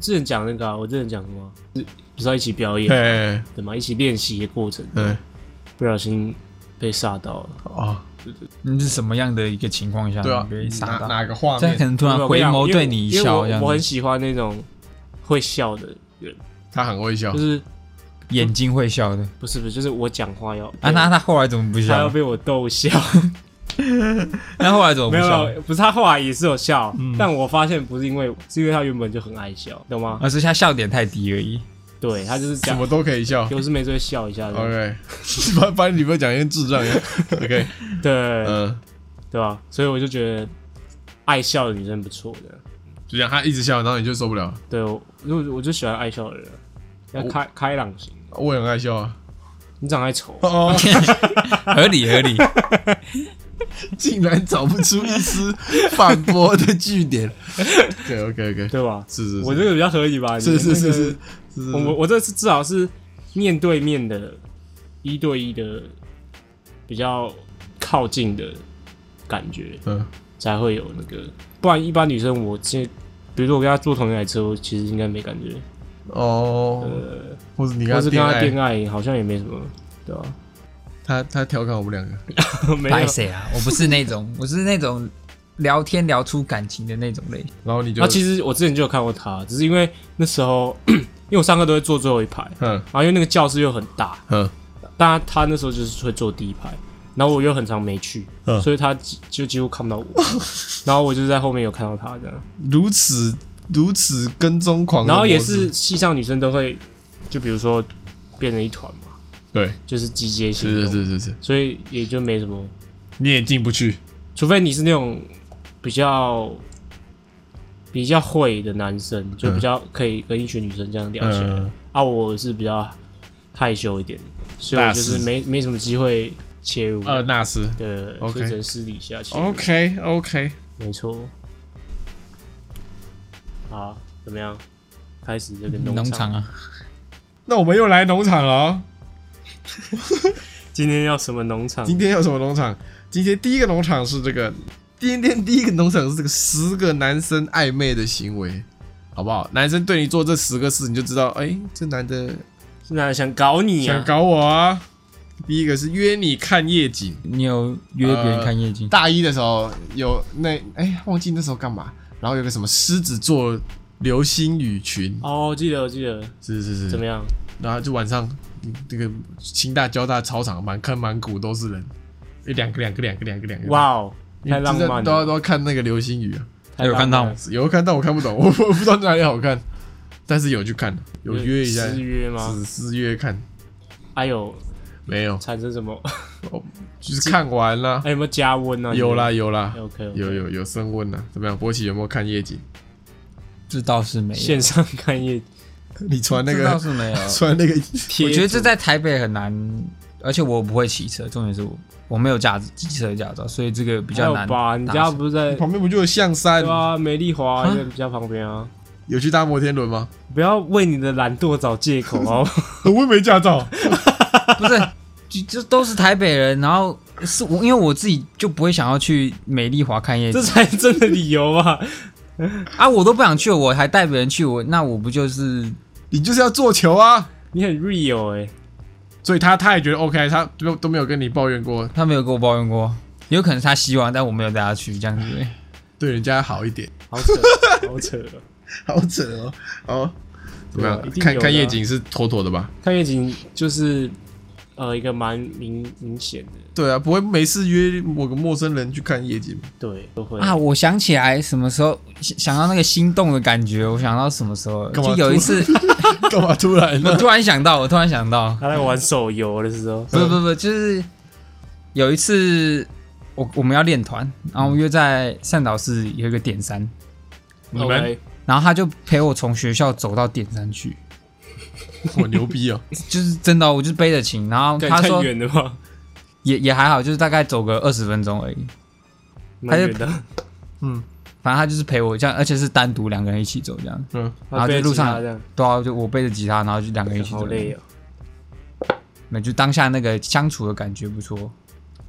Speaker 2: 之前讲那个、啊，我之前讲什么？是不是要一起表演
Speaker 4: 哎
Speaker 2: 对吗？一起练习的过程，
Speaker 4: 哎，
Speaker 2: 不小心被吓到了。
Speaker 4: 哦，
Speaker 3: 你是什么样的一个情况下
Speaker 4: 对啊
Speaker 3: 你，被
Speaker 4: 哪
Speaker 3: 杀到？
Speaker 4: 哪个画
Speaker 3: 这样可
Speaker 4: 面，
Speaker 3: 能突然
Speaker 2: 我跟
Speaker 3: 回
Speaker 2: 你讲
Speaker 3: 眸
Speaker 2: 因为
Speaker 3: 对你一
Speaker 2: 因为
Speaker 3: 笑，这
Speaker 2: 我
Speaker 3: 样
Speaker 2: 我很
Speaker 3: 子
Speaker 2: 喜欢那种会笑的人，
Speaker 4: 他很会笑
Speaker 2: 就，
Speaker 3: 哦
Speaker 2: 是
Speaker 3: 眼睛会笑的。
Speaker 2: 不是不是，就是我讲话要
Speaker 3: 啊，那他后来怎么不
Speaker 2: 他要
Speaker 3: 笑？
Speaker 2: 被我逗笑，
Speaker 3: 那后来怎么不
Speaker 2: 没有
Speaker 3: 笑
Speaker 2: 没？有，不是他后来也是有笑，
Speaker 4: 嗯
Speaker 2: 但我发现不是因为我，是因为他原本就很爱笑，懂吗？
Speaker 3: 而是他笑点太低而已。
Speaker 2: 对他就是
Speaker 4: 嗯什
Speaker 2: 讲
Speaker 4: 么都哦可以笑
Speaker 2: 有事没事会笑一下的，
Speaker 4: ，OK，把把你女朋友讲成智障一样，OK，
Speaker 2: 对
Speaker 4: 嗯、
Speaker 2: 对吧？所以我就觉得爱笑的女生不错的，
Speaker 4: 就这样，他一直笑，然后你就受不了。
Speaker 2: 对，我我就我就喜欢爱笑的人，要开开朗型的。
Speaker 4: 我也很爱笑啊，
Speaker 2: 你长得还丑，
Speaker 4: 哦，
Speaker 3: 合理合理。
Speaker 4: 竟然找不出一丝反驳的据 点。OK OK OK，
Speaker 2: 对吧？
Speaker 4: 是是是
Speaker 2: 我这个比较合理吧？
Speaker 4: 是是是是
Speaker 2: 你
Speaker 4: 是是
Speaker 2: 那个，我我这次至少是面对面的，一对一的，比较靠近的感觉
Speaker 4: 嗯，
Speaker 2: 才会有那个，不然一般女生我现在，比如说我跟她坐同一台车，我其实应该没感觉，
Speaker 4: 哦，
Speaker 2: 呃，
Speaker 4: 或者你
Speaker 2: 或
Speaker 4: 跟
Speaker 2: 是
Speaker 4: 他
Speaker 2: 跟
Speaker 4: 恋
Speaker 2: 她恋
Speaker 4: 爱，
Speaker 2: 爱好像也没什么，对吧、
Speaker 4: 他他调侃我们两个，
Speaker 2: 没
Speaker 3: 白
Speaker 2: 有，
Speaker 3: 谁啊？我不是那种，我是那种聊天聊出感情的那种类。
Speaker 4: 然后你就
Speaker 2: 那其实我之前就有看过她，只是因为那时候 因为我上课都会坐最后一排，
Speaker 4: 嗯
Speaker 2: 然后因为那个教室又很大，
Speaker 4: 嗯
Speaker 2: 但他那时候就是会坐第一排，然后我又很常没去，
Speaker 4: 嗯
Speaker 2: 所以他几就几乎看不到 我，然后我就在后面有看到他这样，
Speaker 4: 如此如此跟踪狂的
Speaker 2: 然
Speaker 4: 模式，
Speaker 2: 后也是系上女生都会，就比如说变成一团嘛，
Speaker 4: 对，
Speaker 2: 就是集结性，
Speaker 4: 是是是是是，
Speaker 2: 所以也就没什么，
Speaker 4: 你也进不去，
Speaker 2: 除非你是那种比较比较会的男生，就比较可以跟一群女生这样聊起来，
Speaker 4: 嗯
Speaker 2: 啊，我是比较害羞一点，所以我就是
Speaker 4: 那是
Speaker 2: 没没什么机会切入，
Speaker 4: 呃，那是
Speaker 2: 对
Speaker 4: OK
Speaker 2: 就只能私底下切入
Speaker 4: OK OK，
Speaker 2: 没错。好，怎么样？开始这个农
Speaker 3: 农场，啊，
Speaker 4: 那我们又来农场了哦。
Speaker 2: 今天要什么农场？
Speaker 4: 今天有什么农场？今天第一个农场是这个，今天第一个农场是这个十个男生暧昧的行为，好不好？男生对你做这十个事，你就知道，哎、这男的
Speaker 2: 是哪想搞你
Speaker 4: 想
Speaker 2: 啊？
Speaker 4: 搞我啊。第一个是约你看夜景，
Speaker 3: 你有约别人看夜景？
Speaker 4: 大一的时候有那哎、忘记那时候干嘛，然后有个什么狮子座流星雨群，
Speaker 2: 哦，记得，我记得，
Speaker 4: 是是
Speaker 2: 怎么
Speaker 4: 是，
Speaker 2: 样？
Speaker 4: 然后就晚上嗯这个清大交大操场满坑满谷都是人，哎两个两个两个两个两个，
Speaker 2: 哇哦，太浪漫
Speaker 4: 都要
Speaker 2: 了！
Speaker 4: 都要看那个流星雨啊。
Speaker 2: 太浪漫了
Speaker 3: 有看到吗
Speaker 4: 有看，但我看不懂，我我不知道哪里好看，但是有去看，有约一下，
Speaker 2: 私约吗？哎
Speaker 4: 只是约看，
Speaker 2: 还有
Speaker 4: 没有，
Speaker 2: 产生什么？
Speaker 4: 就是看完啦，
Speaker 2: 还有没有加温啊？
Speaker 4: 有啦有啦，
Speaker 2: ，OK，
Speaker 4: 有有有升温啦，怎么样？波奇有没有看夜景？
Speaker 3: 这倒是没有
Speaker 2: 线，上看夜
Speaker 4: 你传那
Speaker 3: 这倒
Speaker 4: 个
Speaker 3: 是没有。
Speaker 4: 传那个
Speaker 2: 贴
Speaker 3: 我
Speaker 2: 图，
Speaker 3: 觉得这在台北很难，而且我不会骑车，重点是我我没有驾机车驾照，所以这个比
Speaker 2: 还有
Speaker 3: 较难达
Speaker 2: 吧？
Speaker 3: 成。
Speaker 2: 你家 不是在
Speaker 4: 旁边不就有象 山
Speaker 2: 对？啊？美丽华
Speaker 3: 啊
Speaker 2: 在你家旁边啊！
Speaker 4: 有去搭摩天轮吗？
Speaker 2: 不要为你的懒惰找借 口哦。
Speaker 4: 我也没驾照，
Speaker 3: 不是，就这都是台北人，然后是我因为我自己就不会想要去美丽华看夜
Speaker 2: 这
Speaker 3: 景
Speaker 2: 才是真的理由吧？
Speaker 3: 啊，我都不想去，我还带别人去，我那我不就是
Speaker 4: 你就是要做球啊！
Speaker 2: 你很 real 哎、
Speaker 4: 所以他他也觉得 OK，他都都没有跟你抱怨过，
Speaker 3: 他没有跟我抱怨过，有可能是他希望，但我没有带他去这样子。
Speaker 4: 对人家好一点，
Speaker 2: 好扯， 好扯！
Speaker 4: 好扯哦，哦，怎么样
Speaker 2: 对啊一？定
Speaker 4: 看
Speaker 2: 有
Speaker 4: 看
Speaker 2: 的啊
Speaker 4: 夜景是妥妥的吧？
Speaker 2: 看夜景就是呃一个蛮明明显的，
Speaker 4: 对啊，不会没事约某个陌生人去看夜景吧
Speaker 2: 对，都会
Speaker 3: 啊，我想起来什么时候想想到那个心动的感觉，我想到什么时候，
Speaker 4: 干嘛
Speaker 3: 就有一次
Speaker 4: 干嘛突然
Speaker 3: 我
Speaker 4: 呢？
Speaker 3: 突然想到，我突然想到，
Speaker 2: 他在玩手游的时候，
Speaker 3: 不不不，就是有一次我我们要练团，然后我们约在善导寺有一个点山，
Speaker 4: 你们
Speaker 2: OK，
Speaker 3: 然后他就陪我从学校走到点山去，
Speaker 4: 我牛逼哦！
Speaker 3: 就是真的哦、我就是背着琴，然后
Speaker 2: 干
Speaker 3: 他
Speaker 2: 太
Speaker 3: 说
Speaker 2: 远了吧？
Speaker 3: 也也还好，就是大概走个二十分钟而已，
Speaker 2: 蛮远的，
Speaker 3: 反正他就是陪我这样，而且是单独两个人一起走这样，
Speaker 4: 嗯，
Speaker 3: 然后在
Speaker 2: 被
Speaker 3: 路上
Speaker 2: 其他这样，
Speaker 3: 对啊，就我背着吉他，然后就两个人一起走，
Speaker 2: 好累哦。
Speaker 3: 那就当下那个相处的感觉不错，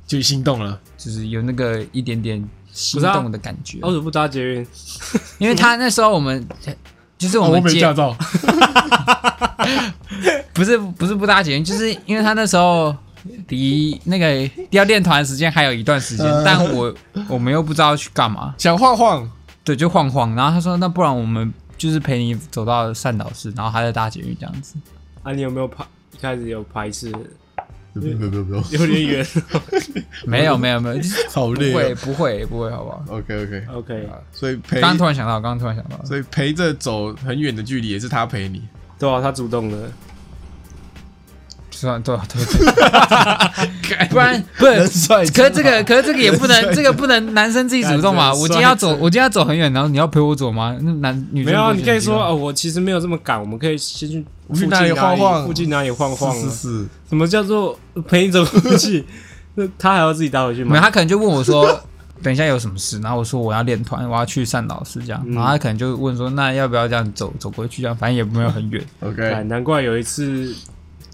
Speaker 4: 就心动了。
Speaker 3: 就是有那个一点点心
Speaker 2: 不是啊
Speaker 3: 动的感觉，
Speaker 2: 啊为什么不搭捷运？
Speaker 3: 因为他那时候我们就是我
Speaker 4: 哦我
Speaker 3: 们
Speaker 4: 没
Speaker 3: 接、
Speaker 4: 驾照，
Speaker 3: 不是不是不搭捷运，就是因为他那时候离那个要练团的时间还有一段时间，
Speaker 2: 嗯
Speaker 3: 但我我们又不知道去干嘛，
Speaker 4: 想晃 晃，
Speaker 3: 对，就晃晃。然后他说，那不然我们就是陪你走到善导寺，然后他在搭捷运这样 子。
Speaker 2: 啊，你有没有排？一开始有排斥，
Speaker 4: 不用不用不用，
Speaker 2: 有点远。
Speaker 3: 没有没有没有，就是
Speaker 4: 好
Speaker 3: 不会
Speaker 4: 累。哦
Speaker 3: 不会不会，好不好？
Speaker 4: OK OK，
Speaker 2: OK，
Speaker 4: 所以陪
Speaker 3: 刚，刚突然想到，刚刚突然想到，
Speaker 4: 所以陪着走很远的距离也是他陪你，
Speaker 2: 对啊，他主动的，
Speaker 3: 算对对 对，不然不是
Speaker 4: 人帅真
Speaker 3: 可
Speaker 4: 好
Speaker 3: 是这个，可是这个也不能，这个不能男生自己主动嘛。
Speaker 2: 干
Speaker 3: 我今天要
Speaker 2: 真
Speaker 3: 走，我今天要走很远，然后你要陪我走吗？那男女生
Speaker 2: 没有啊，
Speaker 3: 不行
Speaker 2: 你可以说
Speaker 3: 吗
Speaker 2: 哦，我其实没有这么赶，我们可以先去附
Speaker 4: 去
Speaker 2: 近
Speaker 4: 哪里晃晃
Speaker 2: 附近哪里晃晃啊。
Speaker 4: 是是
Speaker 2: 什么叫做 陪你走出去？ 那他还要自己搭回去
Speaker 3: 没有，
Speaker 2: 吗？
Speaker 3: 他可能就问我说， 等一下有什么事？然后我说我要练团，我要去善导寺这
Speaker 4: 嗯
Speaker 3: 样。然后他可能就问说，那要不要这样走走过去？这样反正也没有很远。
Speaker 2: 哎
Speaker 4: ，OK。
Speaker 2: 难怪有一次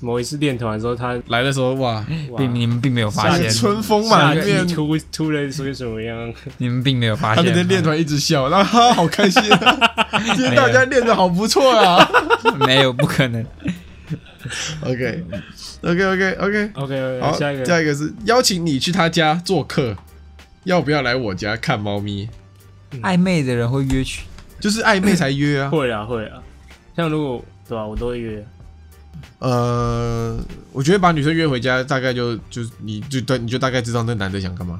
Speaker 2: 某一次练团的时候，他
Speaker 4: 来的时候哇，
Speaker 2: 哇
Speaker 3: 并你们并没有发
Speaker 2: 下
Speaker 3: 现
Speaker 2: 一，
Speaker 4: 春风
Speaker 2: 下
Speaker 4: 满
Speaker 2: 地
Speaker 4: 面，
Speaker 2: 突突然出什么 样？
Speaker 3: 你们并没有发
Speaker 4: 他
Speaker 3: 现。
Speaker 4: 那天练团一直笑，然后他好开心啊，今天大家练的好不错啊。
Speaker 3: 没有，不 可能。哎
Speaker 4: OK OK OK OK，
Speaker 2: OK，
Speaker 4: 好，
Speaker 2: 下一个
Speaker 4: 下一个是邀请你去他家做客，要不要来我家看猫咪？嗯
Speaker 3: 暧昧的人会约去，
Speaker 4: 就是暧昧才约啊。
Speaker 2: 会啊会啊，像如果对吧、啊我都会约。
Speaker 4: 呃，我觉得把女生约回家，大概就就是你就对你就大概知道那男的想干嘛，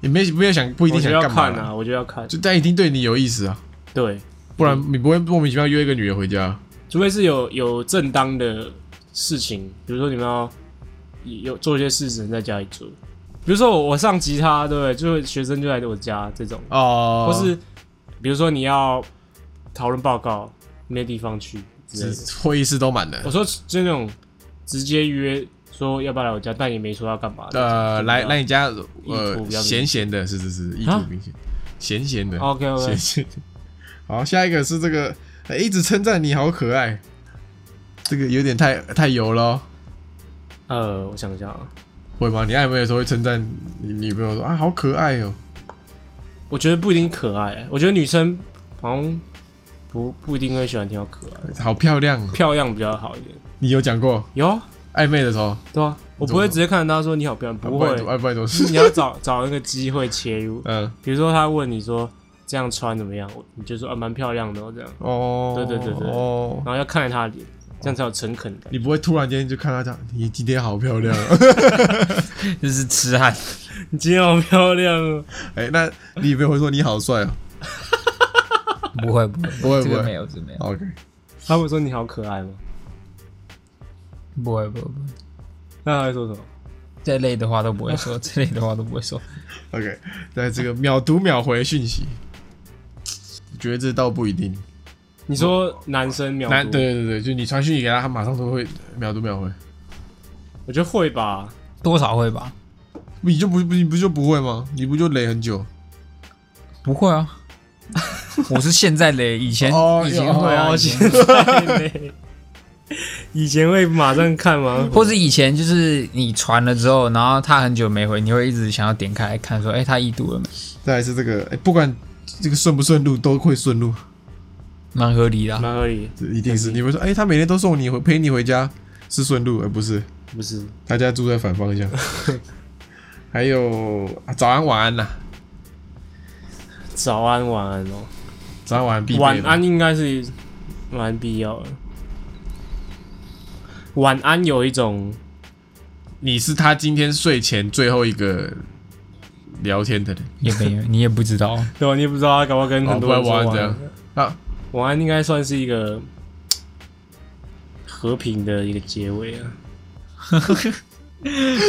Speaker 4: 也没没有想不
Speaker 2: 我
Speaker 4: 一定
Speaker 2: 觉
Speaker 4: 想
Speaker 2: 得要
Speaker 4: 干嘛
Speaker 2: 看
Speaker 4: 啦，
Speaker 2: 啊，我就要看。
Speaker 4: 就但一定对你有意思啊，
Speaker 2: 对，
Speaker 4: 不然你不会莫名其妙约一个女人回家。
Speaker 2: 除非是有有正当的事情，比如说你们要有做一些事只能在家里做，比如说我我上吉他，对不对？就是学生就来我家这种，
Speaker 4: 哦
Speaker 2: 或是比如说你要讨论报告，没地方去之类的。
Speaker 4: 是会议室都满
Speaker 2: 我
Speaker 4: 了，
Speaker 2: 说就那种直接约说要不要来我家，但也没说要干嘛。
Speaker 4: 呃，来来你家，
Speaker 2: 意图
Speaker 4: 呃，
Speaker 2: 比较明
Speaker 4: 闲闲的，是是是，意图
Speaker 2: 啊
Speaker 4: 明显，闲闲的，
Speaker 2: ，OK OK，
Speaker 4: 闲闲的。好，下一个是这个，呃一直称赞你好可爱，这个有点太太油了哦。
Speaker 2: 呃，我想一下啊，
Speaker 4: 会吗？你暧昧的时候会称赞你女朋友说啊，好可爱哦、
Speaker 2: 我觉得不一定可爱，啊我觉得女生好像不不一定会喜欢听到可爱，
Speaker 4: 好漂亮哦。
Speaker 2: 漂亮比较好一点。
Speaker 4: 你有讲过
Speaker 2: 有啊
Speaker 4: 暧昧的时候，
Speaker 2: 对啊，我不会直接看着他说你好漂亮，不
Speaker 4: 啊
Speaker 2: 会
Speaker 4: 然，啊不然怎么
Speaker 2: 是 你
Speaker 4: 是？
Speaker 2: 要找找那个机会切入。
Speaker 4: 嗯，
Speaker 2: 比如说他问你说这样穿怎么样，我你就说啊蛮漂亮的、 哦、这样，
Speaker 4: 哦，
Speaker 2: 对对对对
Speaker 4: 哦，
Speaker 2: 然后要看着他的脸，这样才有诚恳感。
Speaker 4: 你不会突然间就看他讲，你今天好漂亮哦、
Speaker 3: 这是痴汉。
Speaker 2: 你今天好漂亮哦，
Speaker 4: 哎、那你女朋友会说你好帅哦、
Speaker 3: 不会不会
Speaker 4: 不会
Speaker 3: 这
Speaker 4: 不
Speaker 3: 个
Speaker 4: 会
Speaker 3: 没有，这个没有，
Speaker 4: OK，
Speaker 2: 他会说你好可爱吗？
Speaker 3: 不会不会不会，
Speaker 2: 那他会说什么？
Speaker 3: 这类的话都不会 说，这类的话都不会说。
Speaker 4: OK，那这个秒读秒回讯息，我觉得这倒不一定。
Speaker 2: 你说男生秒
Speaker 4: 那
Speaker 2: 读，
Speaker 4: 对对对，就你传讯息给他，他马上都会秒读秒回。
Speaker 2: 我觉得会 吧。
Speaker 3: 多少会吧？
Speaker 4: 你就不不你不就不会吗？你不就雷很久？
Speaker 3: 不会啊， 我是现在嘞，以前
Speaker 4: 哦
Speaker 3: 以前会啊，
Speaker 4: 哦
Speaker 3: 以前
Speaker 2: 以前会马上看吗？
Speaker 3: 或是以前就是你传了之后，然后他很久没回，你会一直想要点开来看，说，哎，他已读了没？
Speaker 4: 再来是这个，哎、不管这个顺不顺路都会顺路，
Speaker 3: 蛮合理的啊，
Speaker 2: 蛮合理的，
Speaker 4: 这一定是你会说，哎、他每天都送你回陪你回家是顺路，而不是
Speaker 2: 不是？
Speaker 4: 他家住在反方 向。还有啊早安晚安呐、
Speaker 2: 早安晚安哦，
Speaker 4: 早安晚安必备的
Speaker 2: 晚安应该是蛮必要的。晚安有一种
Speaker 4: 你是他今天睡前最后一个聊天的人，
Speaker 3: 也 没有，你也不知道，
Speaker 2: 对啊吧？你也不知道他搞不好跟
Speaker 4: 哦
Speaker 2: 很
Speaker 4: 不
Speaker 2: 多
Speaker 4: 然
Speaker 2: 人说
Speaker 4: 晚
Speaker 2: 晚
Speaker 4: 安
Speaker 2: 安
Speaker 4: 这样啊？
Speaker 2: 晚安应该算是一个和平的一个结尾啊。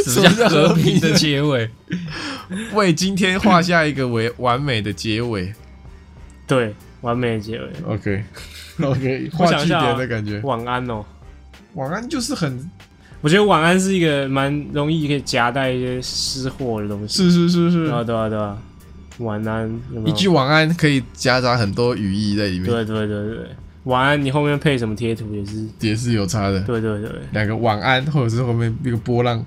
Speaker 3: 什么叫和平的结尾？
Speaker 4: 为今天画下一个为完美的结尾。
Speaker 2: 对，完美的结尾。
Speaker 4: OK OK，
Speaker 2: 我
Speaker 4: 话
Speaker 2: 想
Speaker 4: 剧
Speaker 2: 一下啊
Speaker 4: 点的感觉。
Speaker 2: 晚安哦，
Speaker 4: 晚安就是很
Speaker 2: 我觉得晚安是一个蛮容易可以夹带一些私货的东西。
Speaker 4: 是是是
Speaker 2: 对啊，
Speaker 4: 是，
Speaker 2: 对啊，对啊。晚安，有没
Speaker 4: 一
Speaker 2: 有
Speaker 4: 句晚安可以夹杂很多语义在里面，
Speaker 2: 对对对对，晚安，你后面配什么贴图也是，
Speaker 4: 也是有差的。
Speaker 2: 对对对
Speaker 4: 两个晚安，或者是后面一个波浪，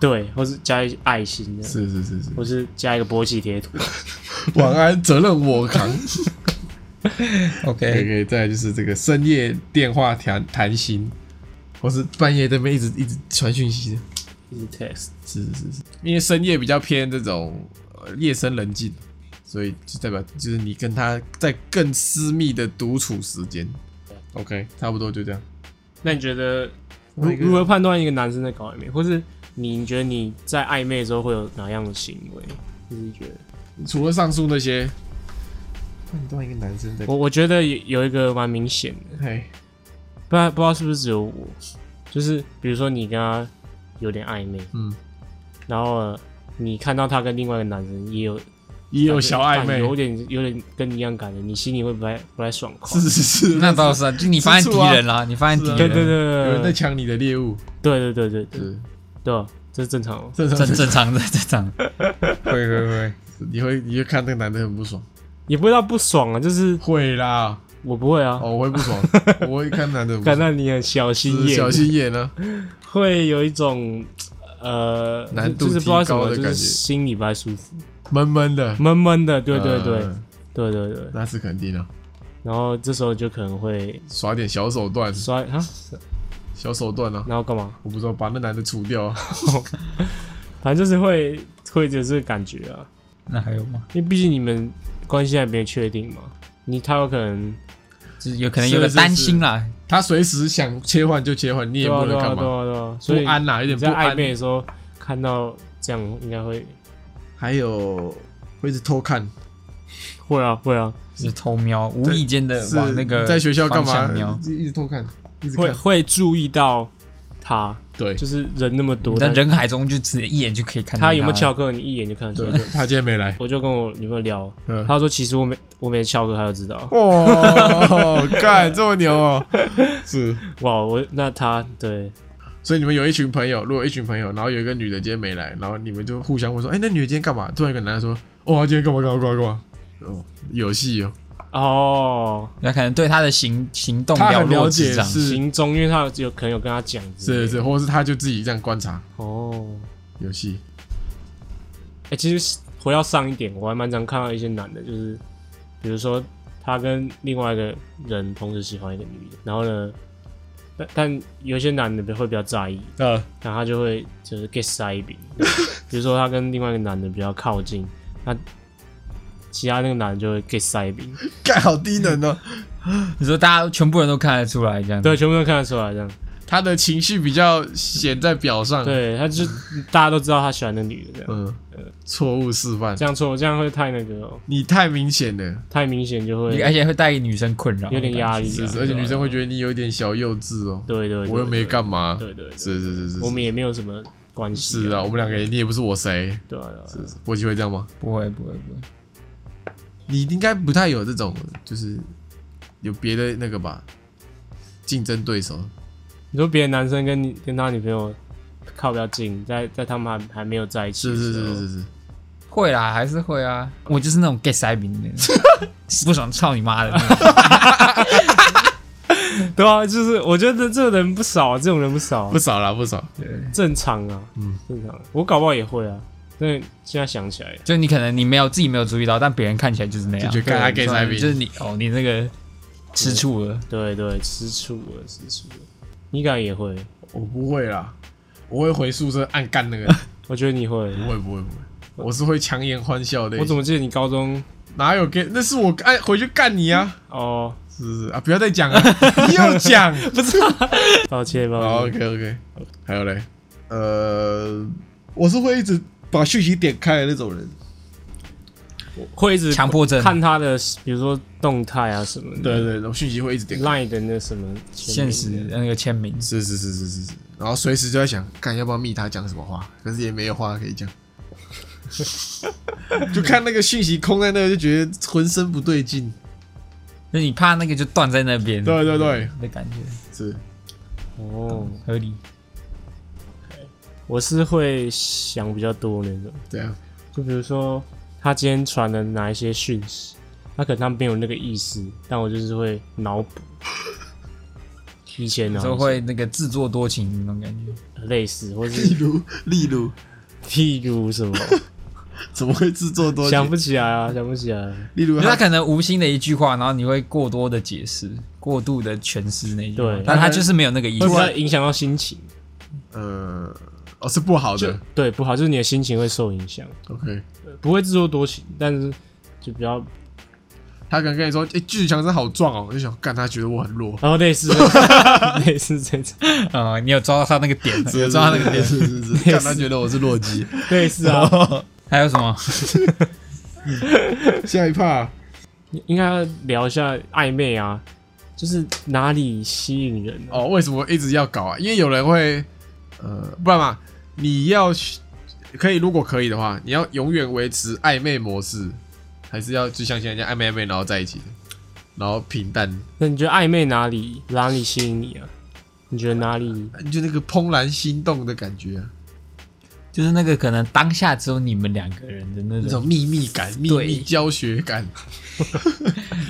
Speaker 2: 对，或是加一爱心的，
Speaker 4: 是是是是，
Speaker 2: 或是加一个波奇贴图。
Speaker 4: 晚安，责任我 扛。可以
Speaker 3: OK，
Speaker 4: 可以，再来就是这个深夜电话谈谈心，或是半夜这边一直一直传讯息的，
Speaker 2: 一直 text，
Speaker 4: 是是是是，因为深夜比较偏这种、呃、夜深人静，所以就代表就是你跟他在更私密的独处时间。OK，差不多就这样。
Speaker 2: 那你觉得
Speaker 4: 我
Speaker 2: 如
Speaker 4: 一个
Speaker 2: 如何判断一个男生在搞暧昧，或是你你觉得你在暧昧的时候会有哪样的行为？就是觉得
Speaker 4: 除了上述那些，判断一个男生在
Speaker 2: 我我觉得有有一个蛮明显的，
Speaker 4: 嘿，
Speaker 2: 不然不知道是不是只有我，就是比如说你跟他有点暧昧，
Speaker 4: 嗯，
Speaker 2: 然后呃你看到他跟另外一个男人也有
Speaker 4: 也有小暧
Speaker 2: 感
Speaker 4: 昧
Speaker 2: 觉，有点有点跟你一样感觉，你心里会不太不太爽快。
Speaker 4: 是是是，
Speaker 3: 那倒是啊，就你发现
Speaker 4: 吃
Speaker 3: 敌
Speaker 4: 醋啊
Speaker 3: 人啦，你发现敌
Speaker 4: 是啊
Speaker 2: 对
Speaker 3: 人，
Speaker 2: 对对
Speaker 4: 有人在嗯
Speaker 2: 对
Speaker 4: 抢你的猎物，
Speaker 2: 对对对对对
Speaker 4: 是
Speaker 2: 对啊，这是正常哦。
Speaker 4: 正常
Speaker 3: 正正常的正常，会会会，
Speaker 4: 你会你会看那个男的很不爽，
Speaker 2: 也不知道不爽啊，就是
Speaker 4: 会啦，
Speaker 2: 我不会啊，
Speaker 4: 哦，我会不 爽，我会看男的很不
Speaker 2: 感
Speaker 4: 爽，
Speaker 2: 到你很小心
Speaker 4: 是
Speaker 2: 眼，
Speaker 4: 小心眼啊呢，
Speaker 2: 会有一种呃
Speaker 4: 难度
Speaker 2: 就是不知道什
Speaker 4: 提高
Speaker 2: 么，
Speaker 4: 的
Speaker 2: 就
Speaker 4: 感
Speaker 2: 是
Speaker 4: 觉
Speaker 2: 心里不太舒服，
Speaker 4: 闷闷的，
Speaker 2: 闷闷的。 对对对、
Speaker 4: 呃
Speaker 2: 对对对。
Speaker 4: 那是肯定的，
Speaker 2: 然后这时候就可能会
Speaker 4: 耍点小手段，
Speaker 2: 摔啊，
Speaker 4: 小手段啊，
Speaker 2: 然后干嘛？
Speaker 4: 我不知道把那男的除掉啊，
Speaker 2: 反正就是会会有这个感觉啊，
Speaker 3: 那还有吗？
Speaker 2: 因为毕竟你们关系还没确定嘛，你他有可能
Speaker 3: 就是有可能有个
Speaker 4: 是是
Speaker 3: 担心啦，
Speaker 4: 他随时想切换就切换，你也
Speaker 2: 对
Speaker 4: 不
Speaker 2: 啊对
Speaker 4: 能
Speaker 2: 啊
Speaker 4: 干
Speaker 2: 对
Speaker 4: 嘛，
Speaker 2: 啊对啊，所以
Speaker 4: 不安啦，有
Speaker 2: 你
Speaker 4: 点不
Speaker 2: 在暧
Speaker 4: 安。
Speaker 2: 昧的时候看到这样应该会
Speaker 4: 还有会一直偷看，
Speaker 2: 会啊会啊
Speaker 3: 就是偷瞄，无意间的
Speaker 4: 是
Speaker 3: 往那个
Speaker 4: 在学校干
Speaker 3: 方
Speaker 4: 嘛
Speaker 3: 向瞄？
Speaker 4: 一直偷看，一直
Speaker 2: 会
Speaker 4: 看，
Speaker 2: 会注意到他，
Speaker 4: 对
Speaker 2: 就是人那么多，
Speaker 3: 你在
Speaker 2: 但
Speaker 3: 人海中就只一眼就可以看到
Speaker 2: 他有没有
Speaker 3: 翘？
Speaker 2: 翘课，你一眼就看得出
Speaker 4: 对
Speaker 2: 来。，
Speaker 4: 他今天没来，
Speaker 2: 我就跟我女朋友聊，
Speaker 4: 嗯，
Speaker 2: 她说其实我没我没翘课，她就知道。
Speaker 4: 哇，干这么牛哦，是，
Speaker 2: 哇，我那她对
Speaker 4: 所以你们有一群朋友，如果一群朋友，然后有一个女的今天没来，然后你们就互相问说，哎、那女的今天干嘛？突然有个男的说，哦，她今天干嘛干嘛干嘛干嘛？哦，有戏哦，
Speaker 2: 哦，
Speaker 3: 那可能对他的行行动
Speaker 4: 他
Speaker 3: 了
Speaker 4: 很
Speaker 3: 若
Speaker 4: 了解
Speaker 3: 指掌，
Speaker 4: 是
Speaker 2: 行踪，因为她有可能有跟她讲之类
Speaker 4: 是
Speaker 2: 的，
Speaker 4: 是，或者是他就自己这样观察，
Speaker 2: 哦。
Speaker 4: 有戏，
Speaker 2: 哎、其实回到上一点，我还蛮常看到一些男的，就是比如说他跟另外一个人同时喜欢一个女的，然后呢，但但有一些男的会比较在意，
Speaker 4: 呃，
Speaker 2: 然后他就会就是 get 塞一笔， 比如说他跟另外一个男的比较靠近，那其他那个男的就会 get 塞一 笔，
Speaker 4: 干好低能哦，
Speaker 3: 你说大家全部人都看得出来这样，
Speaker 2: 对，全部都看得出来这样，
Speaker 4: 他的情绪比较显在表上，，
Speaker 2: 对，他就大家都知道他喜欢那女的这样，
Speaker 4: 嗯，错误示范
Speaker 2: 这，样错这样会太那个、哦，
Speaker 4: 你太明显了，
Speaker 2: 太明显就会
Speaker 3: 也，而且会带给女生困扰，
Speaker 2: 有点压力、啊，
Speaker 4: 是是，而且女生会觉得你有点小幼稚哦，
Speaker 2: 对对对，
Speaker 4: 我又没干嘛，
Speaker 2: 对，对对对。
Speaker 4: 是是是是，
Speaker 2: 我们也没有什么关系、
Speaker 4: 是啊，我们两个你也不是我谁，
Speaker 2: 对啊，对啊对啊
Speaker 4: 是我机会这样吗？
Speaker 3: 不会不会不会，
Speaker 4: 你应该不太有这种，就是有别的那个吧，竞争对手。
Speaker 2: 你说别的男生跟你跟他女朋友靠比较近，在在他们还还没有在一起，
Speaker 4: 是是是是，是，
Speaker 3: 会啦，还是会啊，我就是那种 get 塞饼 的，不爽操你妈的那种，
Speaker 2: 是，对啊，就是我觉得这个人不少，这种人不少
Speaker 4: 不，少啦不少。
Speaker 3: 对，
Speaker 2: 正常啊，
Speaker 4: 嗯
Speaker 2: 正常。我搞不好也会啊，但现在想起来，
Speaker 3: 就你可能你没有自己没有注意到，但别人看起来就是那
Speaker 4: 就
Speaker 3: 样
Speaker 4: 觉，得看他
Speaker 3: 对
Speaker 4: gay 塞
Speaker 3: 就是
Speaker 4: 饼，
Speaker 3: 你哦，你那个吃醋了，
Speaker 2: 对对，吃醋了，吃醋了。你敢也会？
Speaker 4: 我不会啦，我会回宿舍按干那 个，
Speaker 2: 我觉得你会。
Speaker 4: 不会不会不会，我是会强颜欢笑的。
Speaker 2: 我怎么记得你高中
Speaker 4: 哪有给？那是我按回去干你啊！
Speaker 2: 哦？
Speaker 4: 是不是啊，不要再 讲了，你又 讲。
Speaker 2: 抱歉
Speaker 4: 好
Speaker 2: 抱歉，
Speaker 4: OK OK，还有嘞，呃，我是会一直把讯息点开的那种人。
Speaker 2: 会一直
Speaker 3: 强迫症
Speaker 2: 看他的，比如说动态啊什么的，
Speaker 4: 对对对，讯息会一直点开。
Speaker 2: 赖的那什么签
Speaker 3: 现
Speaker 2: 名
Speaker 3: 实那个签名，
Speaker 4: 是是是是是是，然后随时就在想，看要不要密他讲什么话，可是也没有话可以 讲，就看那个讯息空在那，就觉得浑身不对劲。
Speaker 3: 那你怕那个就断在那边，
Speaker 4: 对对对，
Speaker 3: 的感觉
Speaker 4: 是
Speaker 2: 哦，
Speaker 3: 合理，
Speaker 2: 我是会想比较多那种，
Speaker 4: 这样。
Speaker 2: 就比如说他今天传了哪一些讯息，他可能他没有那个意思，但我就是会脑补。 以前呢、
Speaker 3: 就会那个自作多情那种感觉。
Speaker 2: 类似，或
Speaker 4: 例
Speaker 2: 是
Speaker 4: 如，例如，
Speaker 2: 譬如什么，
Speaker 4: 怎么会自作多
Speaker 2: 想
Speaker 4: 情？
Speaker 2: 不起来啊，想不起来。
Speaker 4: 例如
Speaker 3: 就他
Speaker 4: 他，
Speaker 3: 可能无心的一句话，然后你会过多的解释、过度的诠释那一句话
Speaker 2: 对
Speaker 3: 但他就是没有那个意思
Speaker 2: 会。不会影响到心情？
Speaker 4: 呃，哦，是不好
Speaker 2: 就
Speaker 4: 的。
Speaker 2: 对，不好，就是你的心情会受影响，
Speaker 4: OK，
Speaker 2: 不会自作多情，但是就比较
Speaker 4: 他可能跟你说，哎、巨强真好壮哦，我就想，干，他觉得我很 弱。
Speaker 2: 然后哦类似 类似这种，
Speaker 3: 呃，你有抓到他那个点，
Speaker 4: 啊是
Speaker 3: 有抓到那个点。
Speaker 4: 是 是是，干他觉得我是弱鸡。
Speaker 2: 类似 啊，
Speaker 3: 还有什么？
Speaker 4: 下一趴，
Speaker 2: 应该要聊一下暧昧啊，就是哪里吸引人啊、
Speaker 4: 哦，为什么一直要搞啊？因为有人会，呃，不然嘛，你要可以，如果可以的话，你要永远维持暧昧模式，还是要就像现在这样暧昧暧昧，然后在一起的，然后平淡，
Speaker 2: 那你觉得暧昧哪里哪里吸引你啊？你觉得哪里？
Speaker 4: 就那个怦然心动的感觉、啊，
Speaker 3: 就是那个可能当下只有你们两个人的那
Speaker 4: 那
Speaker 3: 种
Speaker 4: 种秘密感、秘密
Speaker 3: 对
Speaker 4: 教学 感，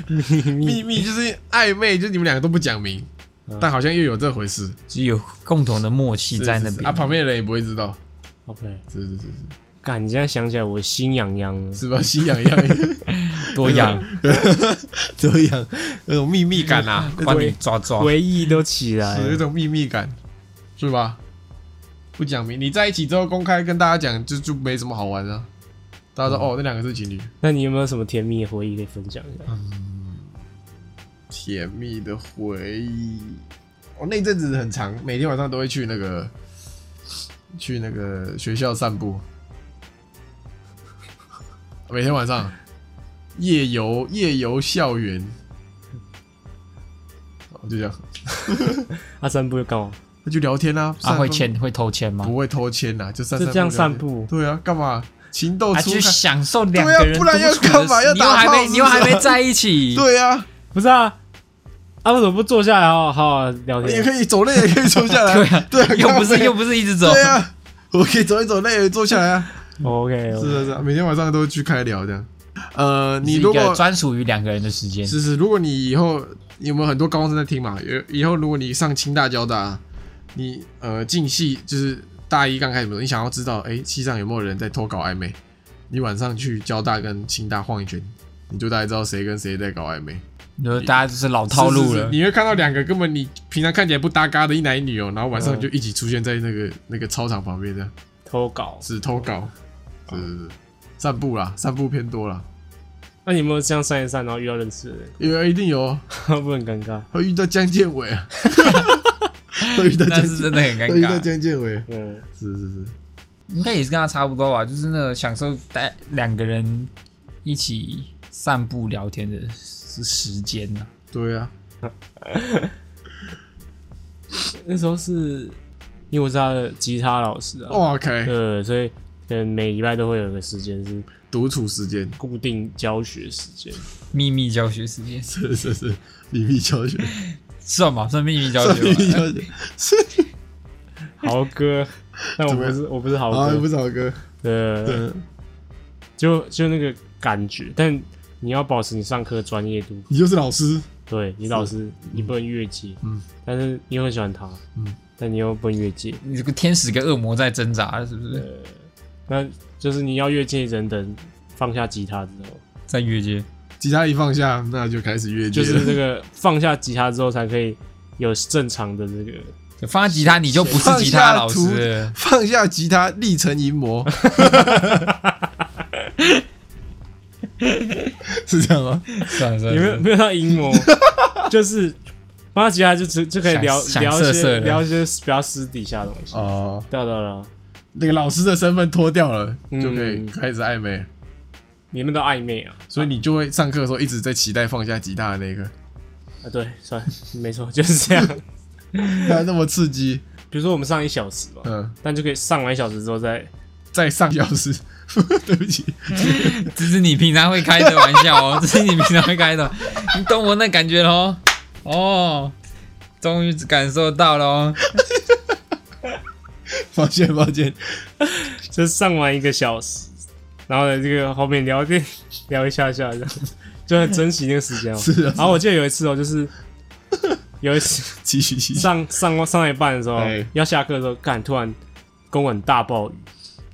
Speaker 4: 秘密秘密就是暧昧，就是你们两个都不讲明，
Speaker 3: 嗯
Speaker 4: 但好像又有这回事，
Speaker 3: 只有共同的默契
Speaker 4: 是
Speaker 3: 在
Speaker 4: 是
Speaker 3: 那
Speaker 4: 是
Speaker 3: 边。
Speaker 4: 啊，旁边的人也不会知道，
Speaker 2: OK，
Speaker 4: 是是是
Speaker 2: 干，你现在想起来我心痒痒了
Speaker 4: 是，，是吧？心痒痒。
Speaker 3: 多痒，
Speaker 4: 这样有种秘密感 啊，
Speaker 3: 把你抓抓。
Speaker 2: 回忆都起来
Speaker 4: 是有一
Speaker 2: 了。
Speaker 4: 种秘密感，是吧？不讲明，你在一起之后公开跟大家讲，就就没什么好玩的、大家说、哦，那两个是情侣，
Speaker 2: 那你有没有什么甜蜜的回忆可以分享一下？
Speaker 4: 甜蜜的回忆。我、那阵子很长，每天晚上都会去那个去那个学校散步， 每天晚上夜游夜游校园，哦就这样。
Speaker 2: 阿啊三不会干嘛？
Speaker 4: 那就聊天啊，散
Speaker 3: 啊，
Speaker 4: 步
Speaker 3: 会签会偷签吗？
Speaker 4: 不会偷签呐、就散
Speaker 2: 就这样
Speaker 4: 散
Speaker 2: 散步
Speaker 4: 聊天对啊，干嘛情窦
Speaker 3: 啊，
Speaker 4: 初
Speaker 3: 去
Speaker 4: 开？
Speaker 3: 享受两个人
Speaker 4: 对啊不然要干嘛要
Speaker 3: 独处的时你又
Speaker 4: 打炮
Speaker 3: 还没，
Speaker 4: 是不是
Speaker 3: 你又还没在一起。
Speaker 4: 对啊，
Speaker 2: 不是啊，啊，为什么不坐下来好好好好聊
Speaker 4: 也
Speaker 2: 天？
Speaker 4: 可以走累，也可以坐下来，
Speaker 3: 啊对啊
Speaker 4: 对啊，
Speaker 3: 又不是
Speaker 4: 干嘛
Speaker 3: 又不是一直走。
Speaker 4: 对啊，我可以走一走累，也坐下来啊，
Speaker 2: 哦 OK，
Speaker 4: 是啊是啊，每天晚上都去开聊这样。呃，你
Speaker 3: 是一
Speaker 4: 如
Speaker 3: 个
Speaker 4: 果
Speaker 3: 专属于两个人的时间，
Speaker 4: 是是，如果你以后有没有很多高中生在听嘛？有以后如果你上清大交大，你呃进系就是大一刚开始的时候，你想要知道哎、系上有没有人在偷搞暧昧，你晚上去交大跟清大晃一圈，你就大概知道谁跟谁在搞暧昧。
Speaker 3: 你说大家就是老套路
Speaker 4: 是是
Speaker 3: 了
Speaker 4: 是。你会看到两个根本你平常看起来不搭嘎的一男一女哦，然后晚
Speaker 3: 嗯
Speaker 4: 上就一起出现在那个那个操场旁边这样，
Speaker 2: 投稿。
Speaker 4: 只偷搞，是
Speaker 3: 哦
Speaker 4: 是是，散步啦，散步偏多啦，
Speaker 2: 那你有没有这样散一散，然后遇到认识的人，
Speaker 4: 有一定有哦，
Speaker 2: 会不会很尴尬？
Speaker 4: 会遇到江建伟 啊，会遇到江
Speaker 3: 但，是真的很尴
Speaker 4: 会遇到
Speaker 3: 尬，
Speaker 4: 江建伟，
Speaker 2: 嗯，
Speaker 4: 是是是，
Speaker 3: 应该也是跟他差不多吧，就是那个享受带两个人一起散步聊天的时时间呢、
Speaker 4: 对啊，
Speaker 2: 那时候是因为我是他的吉他老师啊，
Speaker 4: 哇，OK，
Speaker 2: 对，所以可能每礼拜都会有个时间是
Speaker 4: 独处时间，
Speaker 2: 固定教学时间。
Speaker 3: 秘密教学时 间
Speaker 4: 是是是，秘密教学，
Speaker 3: 算吧，算秘密教
Speaker 4: 秘
Speaker 3: 学吧
Speaker 4: 密。教学，是，
Speaker 2: 豪 哥，但我
Speaker 4: 怎
Speaker 2: 不
Speaker 4: 么样
Speaker 2: 是我不是豪
Speaker 4: 啊，
Speaker 2: 哥，
Speaker 4: 不少歌，
Speaker 2: 对，
Speaker 4: 对，
Speaker 2: 就就那个感觉，但你要保持你上课专业度，
Speaker 4: 你就是老师，
Speaker 2: 对你老师你不能越界，
Speaker 4: 嗯，
Speaker 2: 但是你又很喜欢他，
Speaker 4: 嗯，
Speaker 2: 但你又不能越界，
Speaker 3: 你这个天使跟恶魔在挣扎，是不是？
Speaker 2: 那就是你要越界，人等放下吉他之后，
Speaker 3: 在越界，
Speaker 4: 吉他一放下，那就开始越界
Speaker 2: 就
Speaker 4: 了，
Speaker 2: 是这个放下吉他之后才可以有正常的这个
Speaker 3: 就放下吉他你就不是吉他老师了。
Speaker 4: 放下吉他，力成淫 魔，是这样吗？呃
Speaker 3: 算了算
Speaker 2: 有没有
Speaker 3: 了，
Speaker 2: 没有到阴 谋，就是放下吉他就只就可以聊
Speaker 3: 想
Speaker 2: 聊一
Speaker 3: 想色色
Speaker 2: 些
Speaker 3: 的
Speaker 2: 聊一些比较私底下的东西。
Speaker 4: 哦，
Speaker 2: 对啊对啊对啊，
Speaker 4: 那个老师的身份脱掉了，
Speaker 2: 嗯
Speaker 4: 就可以开始暧昧，
Speaker 2: 你们都暧昧啊？
Speaker 4: 所以你就会上课的时候一直在期待放下吉他的那 个，
Speaker 2: 啊，对，算没错，就是这样。
Speaker 4: 那那么刺激，
Speaker 2: 比如说我们上一小时吧，
Speaker 4: 嗯，
Speaker 2: 但就可以上完一小时之后再
Speaker 4: 再上小时， 对不起，
Speaker 3: 这是你平常会开的玩笑 哦，这是你平常会开的，你懂我那感觉喽？哦，终于感受到哦喽。
Speaker 4: 抱歉抱歉，
Speaker 2: 就是上完一个小时，然后呢，这个后面聊天聊一下下，这样就很珍惜那个时间哦。
Speaker 4: 是啊
Speaker 2: 然后我记得有一次哦，就是有一次。
Speaker 4: 继续继续，
Speaker 2: 上上上到一半的时候
Speaker 4: 哎，
Speaker 2: 要下课的时候，干突然公文大暴雨，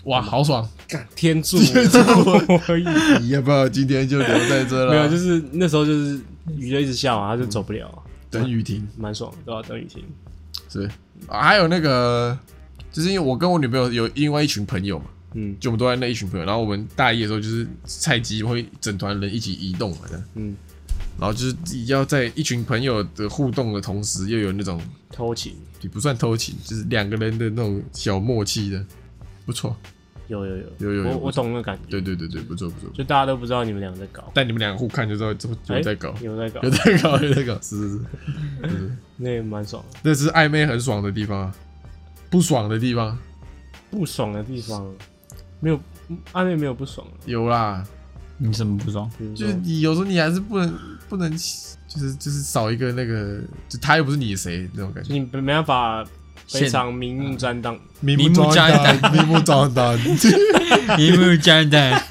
Speaker 4: 哇，好爽！
Speaker 2: 干天助我我以为
Speaker 4: 你要不要今天就留在这了？
Speaker 2: 没有，就是那时候就是雨就一直下嘛，他就走不了，啊
Speaker 4: 等雨停，
Speaker 2: 蛮爽的，对吧、等雨停，
Speaker 4: 是、啊还有那个，就是因为我跟我女朋友有另外一群朋友嘛。
Speaker 2: 嗯
Speaker 4: 就我们都在那一群朋友，然后我们大一的时候就是菜鸡会整团人一起移动嘛，这样，
Speaker 2: 嗯，
Speaker 4: 然后就是要在一群朋友的互动的同时，又有那种
Speaker 2: 偷情，
Speaker 4: 也不算偷情，就是两个人的那种小默契的，不错，
Speaker 2: 有有有
Speaker 4: 有有有
Speaker 2: 我
Speaker 4: 我
Speaker 2: 我懂那个感觉，
Speaker 4: 对对对对，不错不错。
Speaker 2: 就大家都不知道你们俩在搞，
Speaker 4: 但你们两个互看就知道有有在搞
Speaker 2: 哎，有在搞
Speaker 4: 有，在搞，有在搞，是是是，
Speaker 2: 那也蛮爽的。
Speaker 4: 这是暧昧很爽的地方啊，不爽的地方
Speaker 2: 不爽的地方没有，暗恋没有不爽的，
Speaker 4: 有啦，
Speaker 3: 你什么不爽？
Speaker 2: 比如
Speaker 4: 就
Speaker 2: 说
Speaker 4: 是你有时候你还是不能不能，就是就是少一个那个，就他又不是你谁那种感觉，
Speaker 2: 就你没办法非
Speaker 3: 现
Speaker 2: 常明目张胆，
Speaker 4: 明
Speaker 3: 目张胆，
Speaker 4: 明目张胆，
Speaker 3: 一目简单，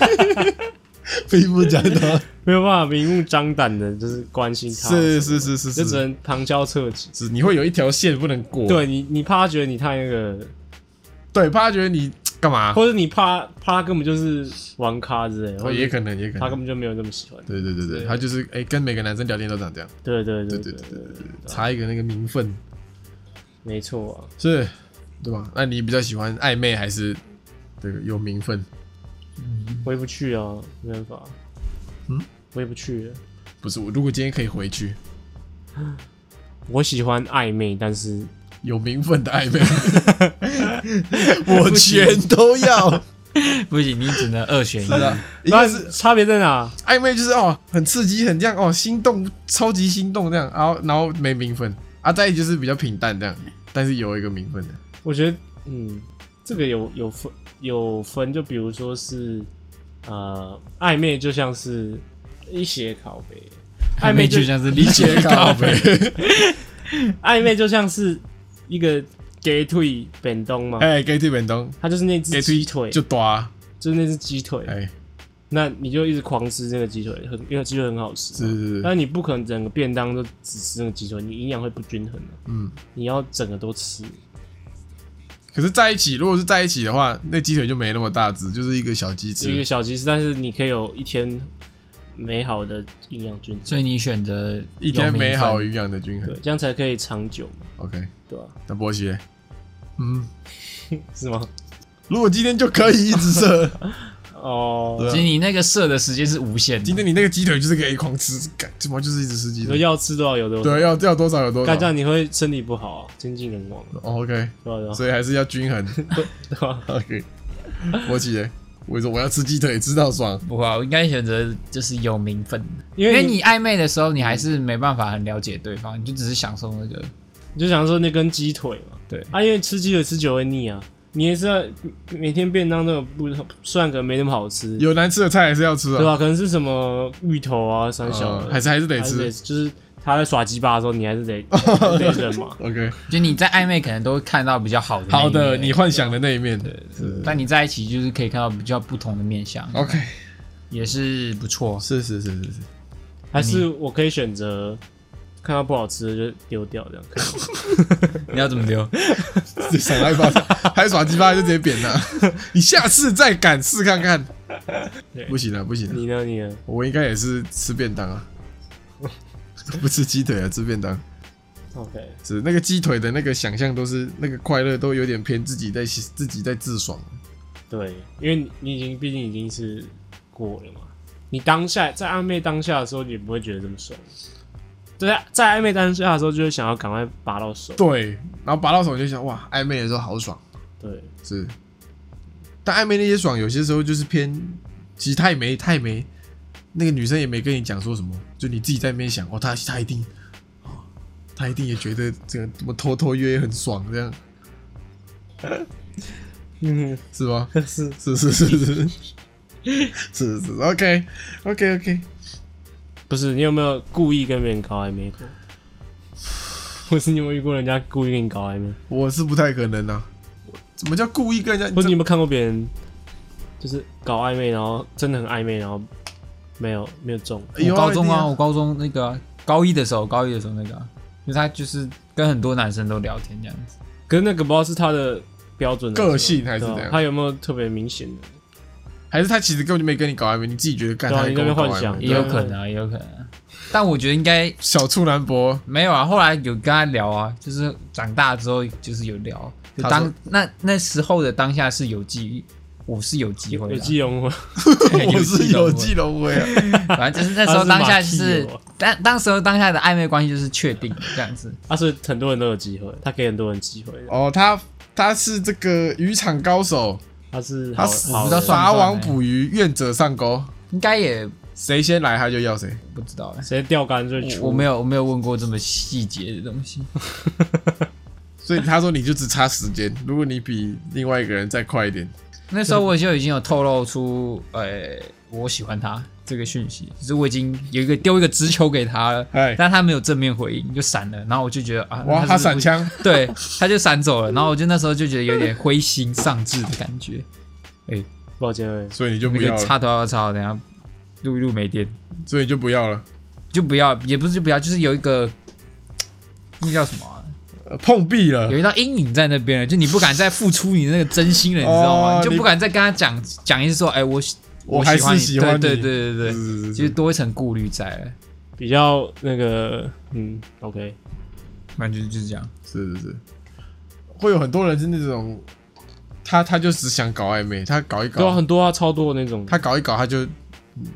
Speaker 4: 明目张胆，
Speaker 2: 没有办法明目张胆的，就是关心他，
Speaker 4: 是是是是
Speaker 2: 就是只
Speaker 4: 是，
Speaker 2: 能旁敲侧击。
Speaker 4: 是你会有一条线不能过，
Speaker 2: 对你，你怕他觉得你太那个，
Speaker 4: 对，怕他觉得你干嘛，哦
Speaker 2: 或者你怕怕他根本就是玩咖之类的，或者
Speaker 4: 也可能也可
Speaker 2: 他根
Speaker 4: 能，
Speaker 2: 本就没有那么喜欢。
Speaker 4: 对对对对，他就是哎，跟每个男生聊天都长这样，
Speaker 2: 对对对对
Speaker 4: 对对对
Speaker 2: 对
Speaker 4: 对对
Speaker 2: 对，，
Speaker 4: 差一个那个名分。
Speaker 2: 没错啊。
Speaker 4: 是，对吧？那你比较喜欢暧昧还是这个有名分？
Speaker 2: 回不去啊，没办法。
Speaker 4: 嗯，
Speaker 2: 回不去了。
Speaker 4: 不是我，如果今天可以回去，
Speaker 2: 我喜欢暧昧，但是
Speaker 4: 有名分的暧 昧，我全都要。
Speaker 3: 不行，你只能 二选一。
Speaker 4: 一个
Speaker 2: 那
Speaker 4: 是
Speaker 2: 差别在哪？
Speaker 4: 暧昧，就是哦，很刺激，很这样哦，心动，超级心动这样，然后然后没名分啊，再一就是比较平淡这样，但是有一个名分的，
Speaker 2: 我觉得，嗯，这个有有分有分，就比如说是呃，暧昧就像是一些拷贝，暧昧就
Speaker 3: 就像是理解
Speaker 4: 靠背，
Speaker 2: 暧昧就像是一个 gay 腿本东嘛，
Speaker 4: 哎，gay 腿本东，
Speaker 2: 它就是那只
Speaker 4: gay
Speaker 2: 鸡腿，
Speaker 4: 就多，
Speaker 2: 就是那只鸡腿，
Speaker 4: 哎，
Speaker 2: 那你就一直狂吃这个鸡腿，很因为鸡腿很好吃
Speaker 4: 是
Speaker 2: 嘛。
Speaker 4: 是是，
Speaker 2: 但你不可能整个便当都只吃那个鸡腿，你营养会不均衡的、
Speaker 4: 嗯。
Speaker 2: 你要整个都吃，
Speaker 4: 可是在一起，如果是在一起的话，那鸡腿就没那么大只，就是一个小鸡
Speaker 2: 是一个
Speaker 4: 翅。
Speaker 2: 小鸡翅，但是你可以有一天美好的营养均衡，
Speaker 3: 所以你选择
Speaker 4: 一天美好
Speaker 3: 有名
Speaker 4: 营养的均衡
Speaker 2: 对。，这样才可以长久嘛，
Speaker 4: OK，
Speaker 2: 对吧、
Speaker 4: 那波鞋，嗯，
Speaker 2: 是吗？
Speaker 4: 如果今天就可以一直射，
Speaker 2: 哦，
Speaker 4: 啊
Speaker 3: 分。其实你那个射的时间是无限
Speaker 4: 今
Speaker 3: 的，
Speaker 4: 天你那个鸡腿就是可以狂吃，干怎么就是一直吃鸡
Speaker 2: 你说
Speaker 4: 腿？
Speaker 2: 要吃多少有多少，
Speaker 4: 对，要要多少有多
Speaker 2: 干这
Speaker 4: 少。
Speaker 2: 样你会身体不好、啊，精尽人亡、啊，
Speaker 4: 哦 OK，
Speaker 2: 对吧、对吧？
Speaker 4: 所以还是要均衡。
Speaker 2: 对吧？
Speaker 4: OK，波鞋，我说我要吃鸡腿，吃到爽。
Speaker 3: 不会啊，我应该选择就是有名分的，
Speaker 2: 因
Speaker 3: 因
Speaker 2: 为
Speaker 3: 为
Speaker 2: 你
Speaker 3: 你暧昧的时候，你还是没办法很了解对方，你就只是享受那个。
Speaker 2: 你就想说那根鸡腿嘛，
Speaker 3: 对
Speaker 2: 啊，因为吃鸡腿吃久会腻啊，你也是要每天便当都有不同，虽然可能没那么好吃，
Speaker 4: 有难吃的菜还是要吃
Speaker 2: 对
Speaker 4: 啊，
Speaker 2: 吧？可能是什么芋头啊、三小
Speaker 4: 嗯
Speaker 2: 的，
Speaker 4: 还是还是得
Speaker 2: 还是得
Speaker 4: 吃。
Speaker 2: 就是他在耍鸡巴的时候，你还 是得得忍嘛。
Speaker 4: OK，
Speaker 3: 就你在暧昧可能都会看到比较好的那一面，
Speaker 4: 好的，你幻想的那一面。
Speaker 3: 但你在一起就是可以看到比较不同的面相，
Speaker 4: OK，
Speaker 3: 也是不错。
Speaker 4: 是是是是是，
Speaker 2: 还是我可以选择看到不好吃的就丢掉 这样。
Speaker 3: 你要怎么丢？
Speaker 4: 自己想到一巴掌，还耍鸡巴就直接扁了。你下次再敢试看看
Speaker 2: 对。
Speaker 4: 不行了，不行了。
Speaker 2: 你呢？你呢？
Speaker 4: 我应该也是吃便当啊， 不吃鸡腿啊，吃便当。
Speaker 2: OK，
Speaker 4: 是那个鸡腿的那个想象，都是那个快乐，都有点偏自己在自己在自爽。
Speaker 2: 对，因为你你已经毕竟已经是过了嘛，你当下在暧昧当下的时候，你不会觉得这么爽。对啊，在暧昧当下的时候，就会想要赶快拔到手。
Speaker 4: 对，然后拔到手就想哇，暧昧的时候好爽，
Speaker 2: 对，
Speaker 4: 是。但暧昧那些爽，有些时候就是偏，其实他也没，他也没，那个女生也没跟你讲说什么，就你自己在那边想，哦，他他一定，哦他一定也觉得这个怎么偷偷约很爽这样，
Speaker 2: 嗯，
Speaker 4: 是吗？
Speaker 2: 是
Speaker 4: 是是是是是是，OK OK OK，
Speaker 2: 不是？你有没有故意跟别人搞暧昧 过？或是你有没有遇过人家故意跟你搞暧昧？
Speaker 4: 我是不太可能啊。怎么叫故意跟人家？
Speaker 2: 或者你
Speaker 4: 这
Speaker 2: 有没有看过别人就是搞暧昧，然后真的很暧昧，然后没有没有中？
Speaker 4: 有
Speaker 3: 我高中
Speaker 4: 一定
Speaker 3: 啊，我高中那个啊、高一的时候，高一的时候那个啊、就他就是跟很多男生都聊天这样子，
Speaker 2: 可是那个不知道是他的标准的
Speaker 4: 个性还是
Speaker 2: 对啊
Speaker 4: 怎样
Speaker 2: 他有没有特别明显的？
Speaker 4: 还是他其实根本就没跟你搞暧昧，你自己觉得干
Speaker 2: 对啊
Speaker 4: 他在
Speaker 2: 你
Speaker 4: 跟我
Speaker 2: 在那边
Speaker 4: 搞暧昧
Speaker 2: 幻想
Speaker 3: 也有可能啊，也有可能啊、但我觉得应该
Speaker 4: 小处男博，
Speaker 3: 没有啊。后来有跟他聊啊，就是长大之后就是有聊，就
Speaker 4: 他
Speaker 3: 当
Speaker 4: 说
Speaker 3: 那那时候的当下是有机，我是有机会的
Speaker 2: 有
Speaker 3: 啊，
Speaker 2: 基隆吗？
Speaker 3: 对
Speaker 4: 啊我是有
Speaker 3: 的
Speaker 4: 季龙 威啊，
Speaker 3: 反正就是那时候当下就
Speaker 2: 他是
Speaker 3: 是
Speaker 2: 马屁哦
Speaker 3: 当当时候当下的暧昧关系就是确定这样子，
Speaker 2: 他是很多人都有机会，他给很多人机会。
Speaker 4: 哦，他他是这个渔场高手，
Speaker 2: 他是
Speaker 4: 他
Speaker 2: 好
Speaker 4: 死
Speaker 2: 好
Speaker 3: 不知道
Speaker 2: 人
Speaker 3: 算
Speaker 4: 法网捕鱼，愿者上钩，
Speaker 3: 应该也
Speaker 4: 谁先来他就要谁。
Speaker 3: 不知道了。
Speaker 2: 直接钓竿就出
Speaker 3: 我没有我没有问过这么细节的东西，
Speaker 4: 所以他说你就只差时间，如果你比另外一个人再快一点，
Speaker 3: 那时候我就已经有透露出，呃，我喜欢他这个讯息，就是我已经有一个丢一个直球给他了，
Speaker 4: 哎，
Speaker 3: 但他没有正面回应，就闪了。然后我就觉得啊，
Speaker 4: 哇，
Speaker 3: 那
Speaker 4: 他
Speaker 3: 是
Speaker 4: 闪
Speaker 3: 不是，
Speaker 4: 枪，
Speaker 3: 对，他就闪走了。然后我就那时候就觉得有点灰心丧志的感觉，
Speaker 2: 抱歉，哎
Speaker 4: 所以你就
Speaker 3: 那
Speaker 4: 不要
Speaker 3: 个
Speaker 4: 了，
Speaker 3: 插头要插好，等一下录一录没电，
Speaker 4: 所以你就不要了，
Speaker 3: 就不要，也不是就不要，就是有一个那叫什么啊、
Speaker 4: 呃碰壁了
Speaker 3: 有。一道阴影在那边了，就你不敢再付出你那个真心了，你知道吗？
Speaker 4: 哦
Speaker 3: 你就
Speaker 4: 你
Speaker 3: 不敢再跟他讲讲一次说，哎、我
Speaker 4: 我还
Speaker 3: 喜
Speaker 4: 是
Speaker 3: 欢你，
Speaker 4: 喜欢
Speaker 3: 对
Speaker 4: 你
Speaker 3: 对对对对，
Speaker 4: 是是是
Speaker 3: 就是多一层顾虑在了，
Speaker 2: 比较那个，嗯，OK，
Speaker 4: 啊
Speaker 3: 反正就就是这样。
Speaker 4: 是是是，会有很多人是那种，他他就只想搞暧昧，他搞一
Speaker 2: 对啊，
Speaker 4: 搞，
Speaker 2: 很多啊，超多的那种，
Speaker 4: 他搞一搞他就，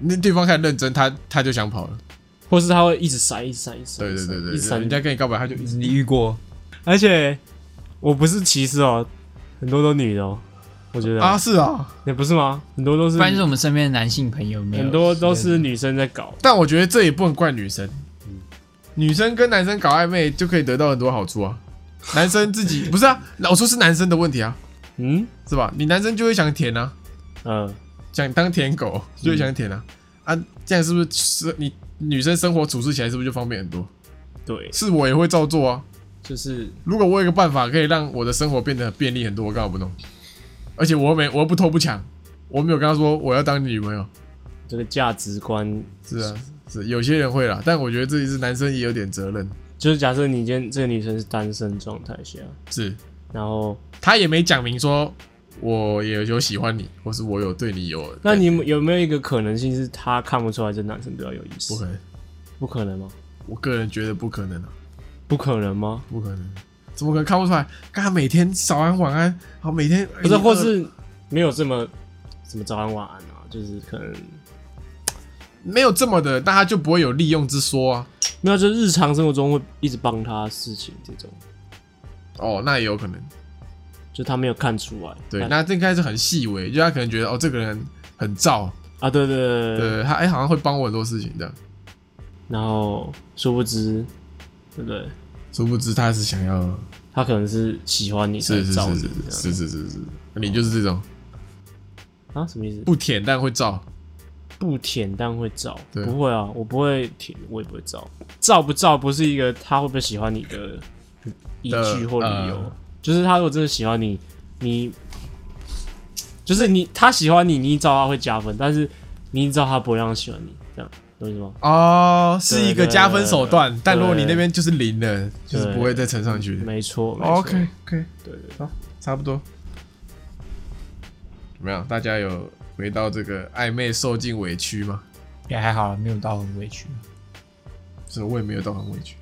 Speaker 4: 那对方太认真，他他就想跑了。
Speaker 2: 或是他会一直闪，一直闪，一直闪，
Speaker 4: 对对对
Speaker 2: 一直
Speaker 4: 对，
Speaker 2: 闪
Speaker 4: 人家跟你告白，他就一直
Speaker 3: 你遇过？
Speaker 2: 而且我不是歧视哦，很多都女的哦，我觉得
Speaker 4: 啊，是啊，
Speaker 2: 也不是吗？很多都是
Speaker 3: 不然就是我们身边的男性朋友没
Speaker 2: 嗯
Speaker 3: 有，
Speaker 2: 很多都是女生在搞，
Speaker 4: 但我觉得这也不能怪女生，女生跟男生搞暧昧就可以得到很多好处啊，男生自己不是啊，我说是男生的问题啊，
Speaker 2: 嗯
Speaker 4: 是吧？你男生就会想舔啊，
Speaker 2: 嗯，
Speaker 4: 想当舔狗就会想舔啊，啊，这样是不是是你女生生活处事起来是不是就方便很多？
Speaker 2: 对，
Speaker 4: 是我也会照做啊。
Speaker 2: 就是
Speaker 4: 如果我有一个办法可以让我的生活变得便利很多，我干嘛不弄？而且我又没，我又不偷不抢，我没有跟他说我要当你女朋友。
Speaker 2: 这个价值观，
Speaker 4: 是啊，是有些人会啦，但我觉得这里是男生也有点责任。
Speaker 2: 就是假设你今天这个女生是单身状态下，
Speaker 4: 是
Speaker 2: 然后
Speaker 4: 他也没讲明说我也有喜欢你，或是我有对你有。
Speaker 2: 那你有有没有一个可能性是她看不出来这男生对她有意思？
Speaker 4: 不可能，
Speaker 2: 不可能吗？
Speaker 4: 我个人觉得不可能啊，
Speaker 2: 不可能吗？
Speaker 4: 不可能，怎么可能看不出来？看他每天早安晚安，好每天哎
Speaker 2: 不是，或是没有这么什么早安晚安啊，就是可能
Speaker 4: 没有这么的，那他就不会有利用之说啊。
Speaker 2: 没有，就日常生活中会一直帮她事情这种，
Speaker 4: 哦，那也有可能。
Speaker 2: 就她没有看出来。
Speaker 4: 对，
Speaker 2: 但
Speaker 4: 那这应该是很细微，就他可能觉得哦，这个人很燥，
Speaker 2: 啊，对对对对，
Speaker 4: 对他哎、好像会帮我很多事情的，
Speaker 2: 然后殊不知，对不对？
Speaker 4: 殊不知他是想要
Speaker 2: 她可能是喜欢你才
Speaker 4: 是是
Speaker 2: 造
Speaker 4: 是
Speaker 2: 你
Speaker 4: 是
Speaker 2: 这样
Speaker 4: 是是是是，你就是这种
Speaker 2: 啊？什么意思？
Speaker 4: 不舔但会燥，
Speaker 2: 不舔但会照，
Speaker 4: 对
Speaker 2: 不会啊，我不会舔，我也不会照。照不照不是一个他会不会喜欢你的依据或理由，
Speaker 4: 嗯呃
Speaker 2: 就是他如果真的喜欢你，你就是你他喜欢你，你一照他会加分，但是你一照他不会让他喜欢你，这样懂我意思吗？
Speaker 4: 哦，是一个加分手段
Speaker 2: 对，
Speaker 4: 但如果你那边就是零了，就是不会再乘上去的。
Speaker 2: 没错没错
Speaker 4: 哦 OK OK，
Speaker 2: 对对对，
Speaker 4: 差不多。怎么样？大家有回到这个暧昧受尽委屈吗？
Speaker 3: 也还好，没有到很委屈。
Speaker 4: 这我也没有到很委屈，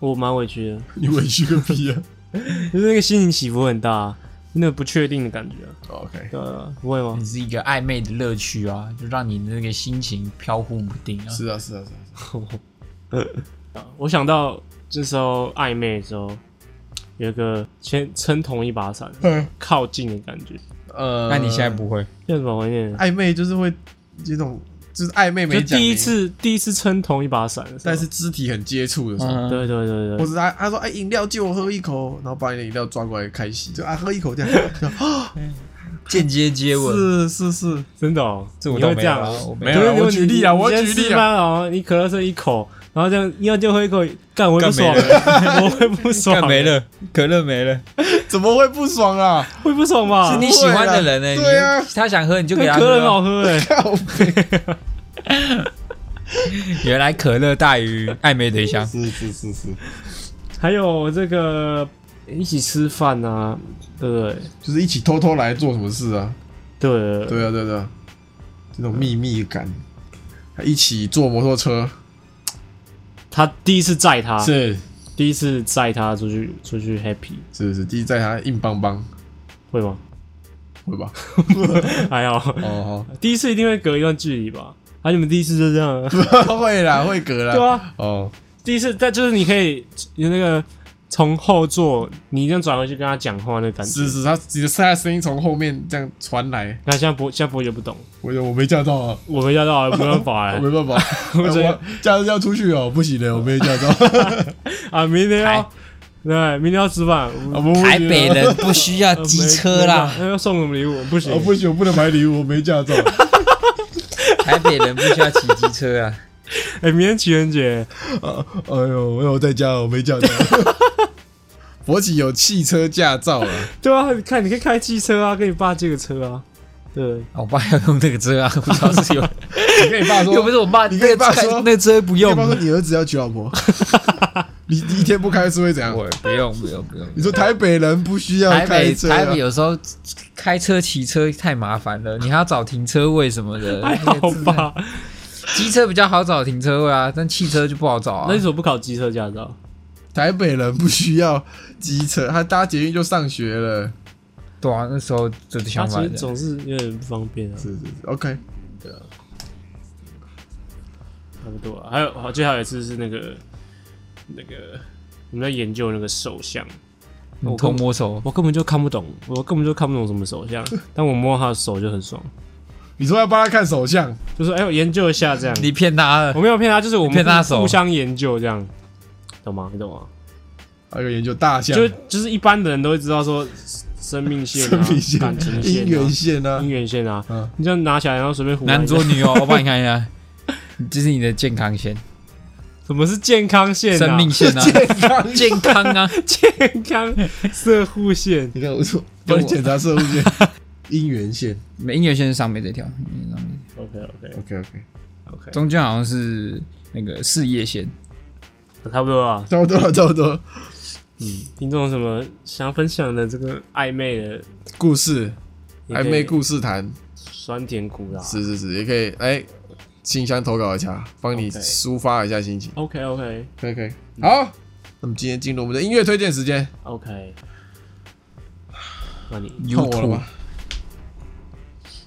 Speaker 2: 我蛮委屈的，
Speaker 4: 你委屈个屁啊
Speaker 2: 就是那个心情起伏很大、啊那个不确定的感觉、啊，
Speaker 4: ！OK，
Speaker 2: 对啊，不会吗
Speaker 4: 嗯
Speaker 3: 你？是一个暧昧的乐趣啊，就让你那个心情飘忽不定啊。
Speaker 4: 是啊是啊是啊，是啊
Speaker 2: 我想到这时候暧昧的时候，有一个先撑同一把伞，
Speaker 4: 嗯
Speaker 2: 靠近的感觉，
Speaker 4: 呃，
Speaker 3: 那你现在不会？
Speaker 2: 叫什么怀念？
Speaker 3: 啊
Speaker 4: 暧昧就是会这种，就是暧昧
Speaker 2: 就
Speaker 4: 没讲
Speaker 2: 第一
Speaker 4: 明，
Speaker 2: 次第一次撑同一把伞的时候，
Speaker 4: 但是肢体很接触的时候，
Speaker 3: 嗯，
Speaker 2: 对对对
Speaker 4: 或
Speaker 2: 对，
Speaker 4: 者他他说哎饮料借我喝一口，然后把你的饮料抓过来开洗，就啊喝一口 这样，就啊
Speaker 3: 间接接吻，
Speaker 4: 是是是，
Speaker 2: 真的哦，
Speaker 3: 这我
Speaker 2: 你
Speaker 3: 倒
Speaker 2: 会
Speaker 3: 没
Speaker 2: 这
Speaker 3: 有
Speaker 2: 样
Speaker 3: 啊
Speaker 2: 啊，
Speaker 3: 我没
Speaker 4: 没
Speaker 3: 有。
Speaker 2: 就是
Speaker 4: 有啦
Speaker 2: 如果
Speaker 4: 我
Speaker 2: 你
Speaker 4: 举例啊我
Speaker 2: 你
Speaker 4: 举
Speaker 2: 先
Speaker 4: 例啊
Speaker 2: 吃饭哦，你可乐剩一口，然后这样要就喝一口，干我会不
Speaker 3: 干
Speaker 2: 爽，
Speaker 3: 没
Speaker 2: 我会不
Speaker 3: 干
Speaker 2: 爽，
Speaker 3: 没，了，可乐没了，
Speaker 4: 怎么会不爽啊？
Speaker 2: 会不爽吧
Speaker 3: 是？你喜欢的人呢、
Speaker 4: 对啊
Speaker 3: 你他想喝你就给
Speaker 2: 那
Speaker 3: 他
Speaker 2: 可乐很
Speaker 3: 喝啊。
Speaker 2: 好喝哎，
Speaker 4: 靠背
Speaker 3: 原来可乐大于暧昧对象，
Speaker 4: 是是是是，
Speaker 2: 还有这个一起吃饭啊，对不对？
Speaker 4: 就是一起偷偷来做什么事啊？
Speaker 2: 对
Speaker 4: 对啊对啊对啊，这种秘密感，一起坐摩托车
Speaker 2: 他第一次载他，
Speaker 4: 是
Speaker 2: 第一次载他出去出去 happy
Speaker 4: 是是，第一在他硬邦邦
Speaker 2: 会 吗？
Speaker 4: 会吧？
Speaker 2: 还好，
Speaker 4: 哦，
Speaker 2: 第一次一定会隔一段距离吧？啊，你们第一次就这样啊，
Speaker 4: 好会啦会隔啦，
Speaker 2: 对啊，
Speaker 4: 哦
Speaker 2: 第一次但就是你可以有那个从后座，你这样转回去跟他讲话那感觉。
Speaker 4: 是是，他只是他的声音从后面这样传来，
Speaker 2: 那现在伯现在伯爵不懂，
Speaker 4: 我我没驾照啊，
Speaker 2: 我没驾到，没办法
Speaker 4: 我
Speaker 2: 哎
Speaker 4: 没办法，
Speaker 2: 我真的
Speaker 4: 我驾照要出去哦，不行的，我没驾 照，啊
Speaker 2: 啊，明天要对，明天要吃饭， 我
Speaker 4: 不行啊
Speaker 3: 台北人不需要
Speaker 2: 呃
Speaker 3: 机
Speaker 2: 没
Speaker 3: 车啦，
Speaker 2: 没办法要送什么礼哦物？不行
Speaker 4: 啊，不行，我不能买礼物，我没驾 照，
Speaker 3: 台北人不需要骑机车啊。
Speaker 2: 哎，明天情人节，
Speaker 4: 啊哎呦，我在家，我没驾 照。博奇有汽车驾照了，
Speaker 2: 对啊，你看你可以开汽车啊，跟你爸借个车啊，对，
Speaker 3: 我爸要用这个车啊，不知道是 有，
Speaker 4: 你跟你爸说，
Speaker 3: 又不是我爸，
Speaker 4: 你跟你
Speaker 3: 那个
Speaker 4: 爸
Speaker 3: 车
Speaker 4: 说
Speaker 3: 那车不
Speaker 4: 你跟
Speaker 3: 用
Speaker 4: 你，爸说你儿子要娶老婆，你你一天不开是会怎样？
Speaker 3: 我不用不用不用。
Speaker 4: 你说台北人不需要
Speaker 3: 台
Speaker 4: 开
Speaker 3: 北
Speaker 4: 车、
Speaker 3: 台
Speaker 4: 啊
Speaker 3: 北，有时候开车骑车太麻烦了，你还要找停车位什么的。
Speaker 2: 还
Speaker 3: 那
Speaker 2: 好
Speaker 3: 个真的
Speaker 2: 吧？
Speaker 3: 机车比较好找停车位啊，但汽车就不好找
Speaker 2: 那
Speaker 3: 啊
Speaker 2: 你。怎么不考机车驾照？
Speaker 4: 台北人不需要机车，他搭捷运就上学了。
Speaker 3: 对啊，那时候就是
Speaker 2: 他
Speaker 3: 想
Speaker 2: 其
Speaker 3: 法
Speaker 2: 实总是有点不方便啊，
Speaker 4: 是是是，OK，
Speaker 2: 差不多啊。还有，我记得还有一次是那个那个我们在研究那个手相，
Speaker 3: 你偷摸手，
Speaker 2: 我根本就看不懂，我根本就看不懂什么手 相，但我摸他的手就很爽，
Speaker 4: 你说要帮他看手相，
Speaker 2: 就说哎，我研究一下这样。
Speaker 3: 你骗他了
Speaker 2: 我。没有骗他，就是我们
Speaker 3: 你骗他
Speaker 2: 互
Speaker 3: 手
Speaker 2: 互相研究这样，懂吗？你懂吗？
Speaker 4: 还有研究大象、
Speaker 2: 就就是一般的人都会知道说生命线
Speaker 4: 生
Speaker 2: 啊、
Speaker 4: 命线
Speaker 2: 感情、
Speaker 4: 姻
Speaker 2: 线、
Speaker 4: 缘线啊
Speaker 2: 姻，缘线啊
Speaker 4: 嗯，
Speaker 2: 你这样拿起来然后随便胡乱
Speaker 3: 男左女右，我帮你看一下，这是你的健康线、
Speaker 2: 什么是健康线啊？
Speaker 3: 生命 线啊，
Speaker 4: 健康。
Speaker 3: 健康啊，
Speaker 2: 健康 射护线，
Speaker 4: 你看我说帮你检查射物线、姻缘线。
Speaker 3: 没音乐线是上面这条，姻缘线上面这
Speaker 2: OK OK
Speaker 4: OK OK，
Speaker 2: OK，
Speaker 3: 条中间好像是那个事业线，
Speaker 2: 差不多啊。
Speaker 4: 差不多了，差不多。
Speaker 2: 听众有什么想要分享的这个暧昧的
Speaker 4: 故事
Speaker 2: 也可
Speaker 4: 暧
Speaker 2: 以
Speaker 4: 昧故事谈，
Speaker 2: 酸甜苦辣
Speaker 4: 是是是，也可以哎，信箱投稿一下，帮你
Speaker 2: OK
Speaker 4: 抒发一下心情。
Speaker 2: OK OK
Speaker 4: 可以可以，好。嗯那么今天进入我们的音乐推荐时间，
Speaker 2: OK，那你
Speaker 4: 看我了吧？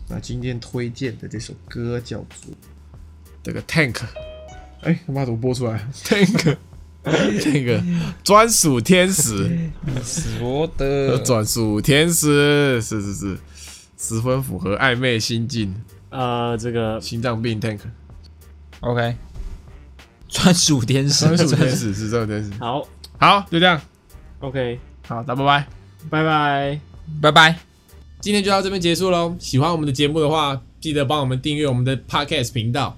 Speaker 4: 那今天推荐的这首歌叫做这个 Tank，哎、他妈怎么播出来 ？Tank。Tank 专属天 使，
Speaker 3: 我的
Speaker 4: 专属天使，是是是，十分符合暧昧心境，
Speaker 2: 呃这个
Speaker 4: 心脏病 Tank，
Speaker 3: OK，专属天使，
Speaker 4: 专属天使是专属天使。
Speaker 2: 好
Speaker 4: 好，就这样，
Speaker 2: OK，
Speaker 4: 好，大家拜拜。
Speaker 2: 拜拜。
Speaker 3: 拜拜。
Speaker 1: 今天就到这边结束喽。喜欢我们的节目的话，记得帮我们订阅我们的 Podcast 频道，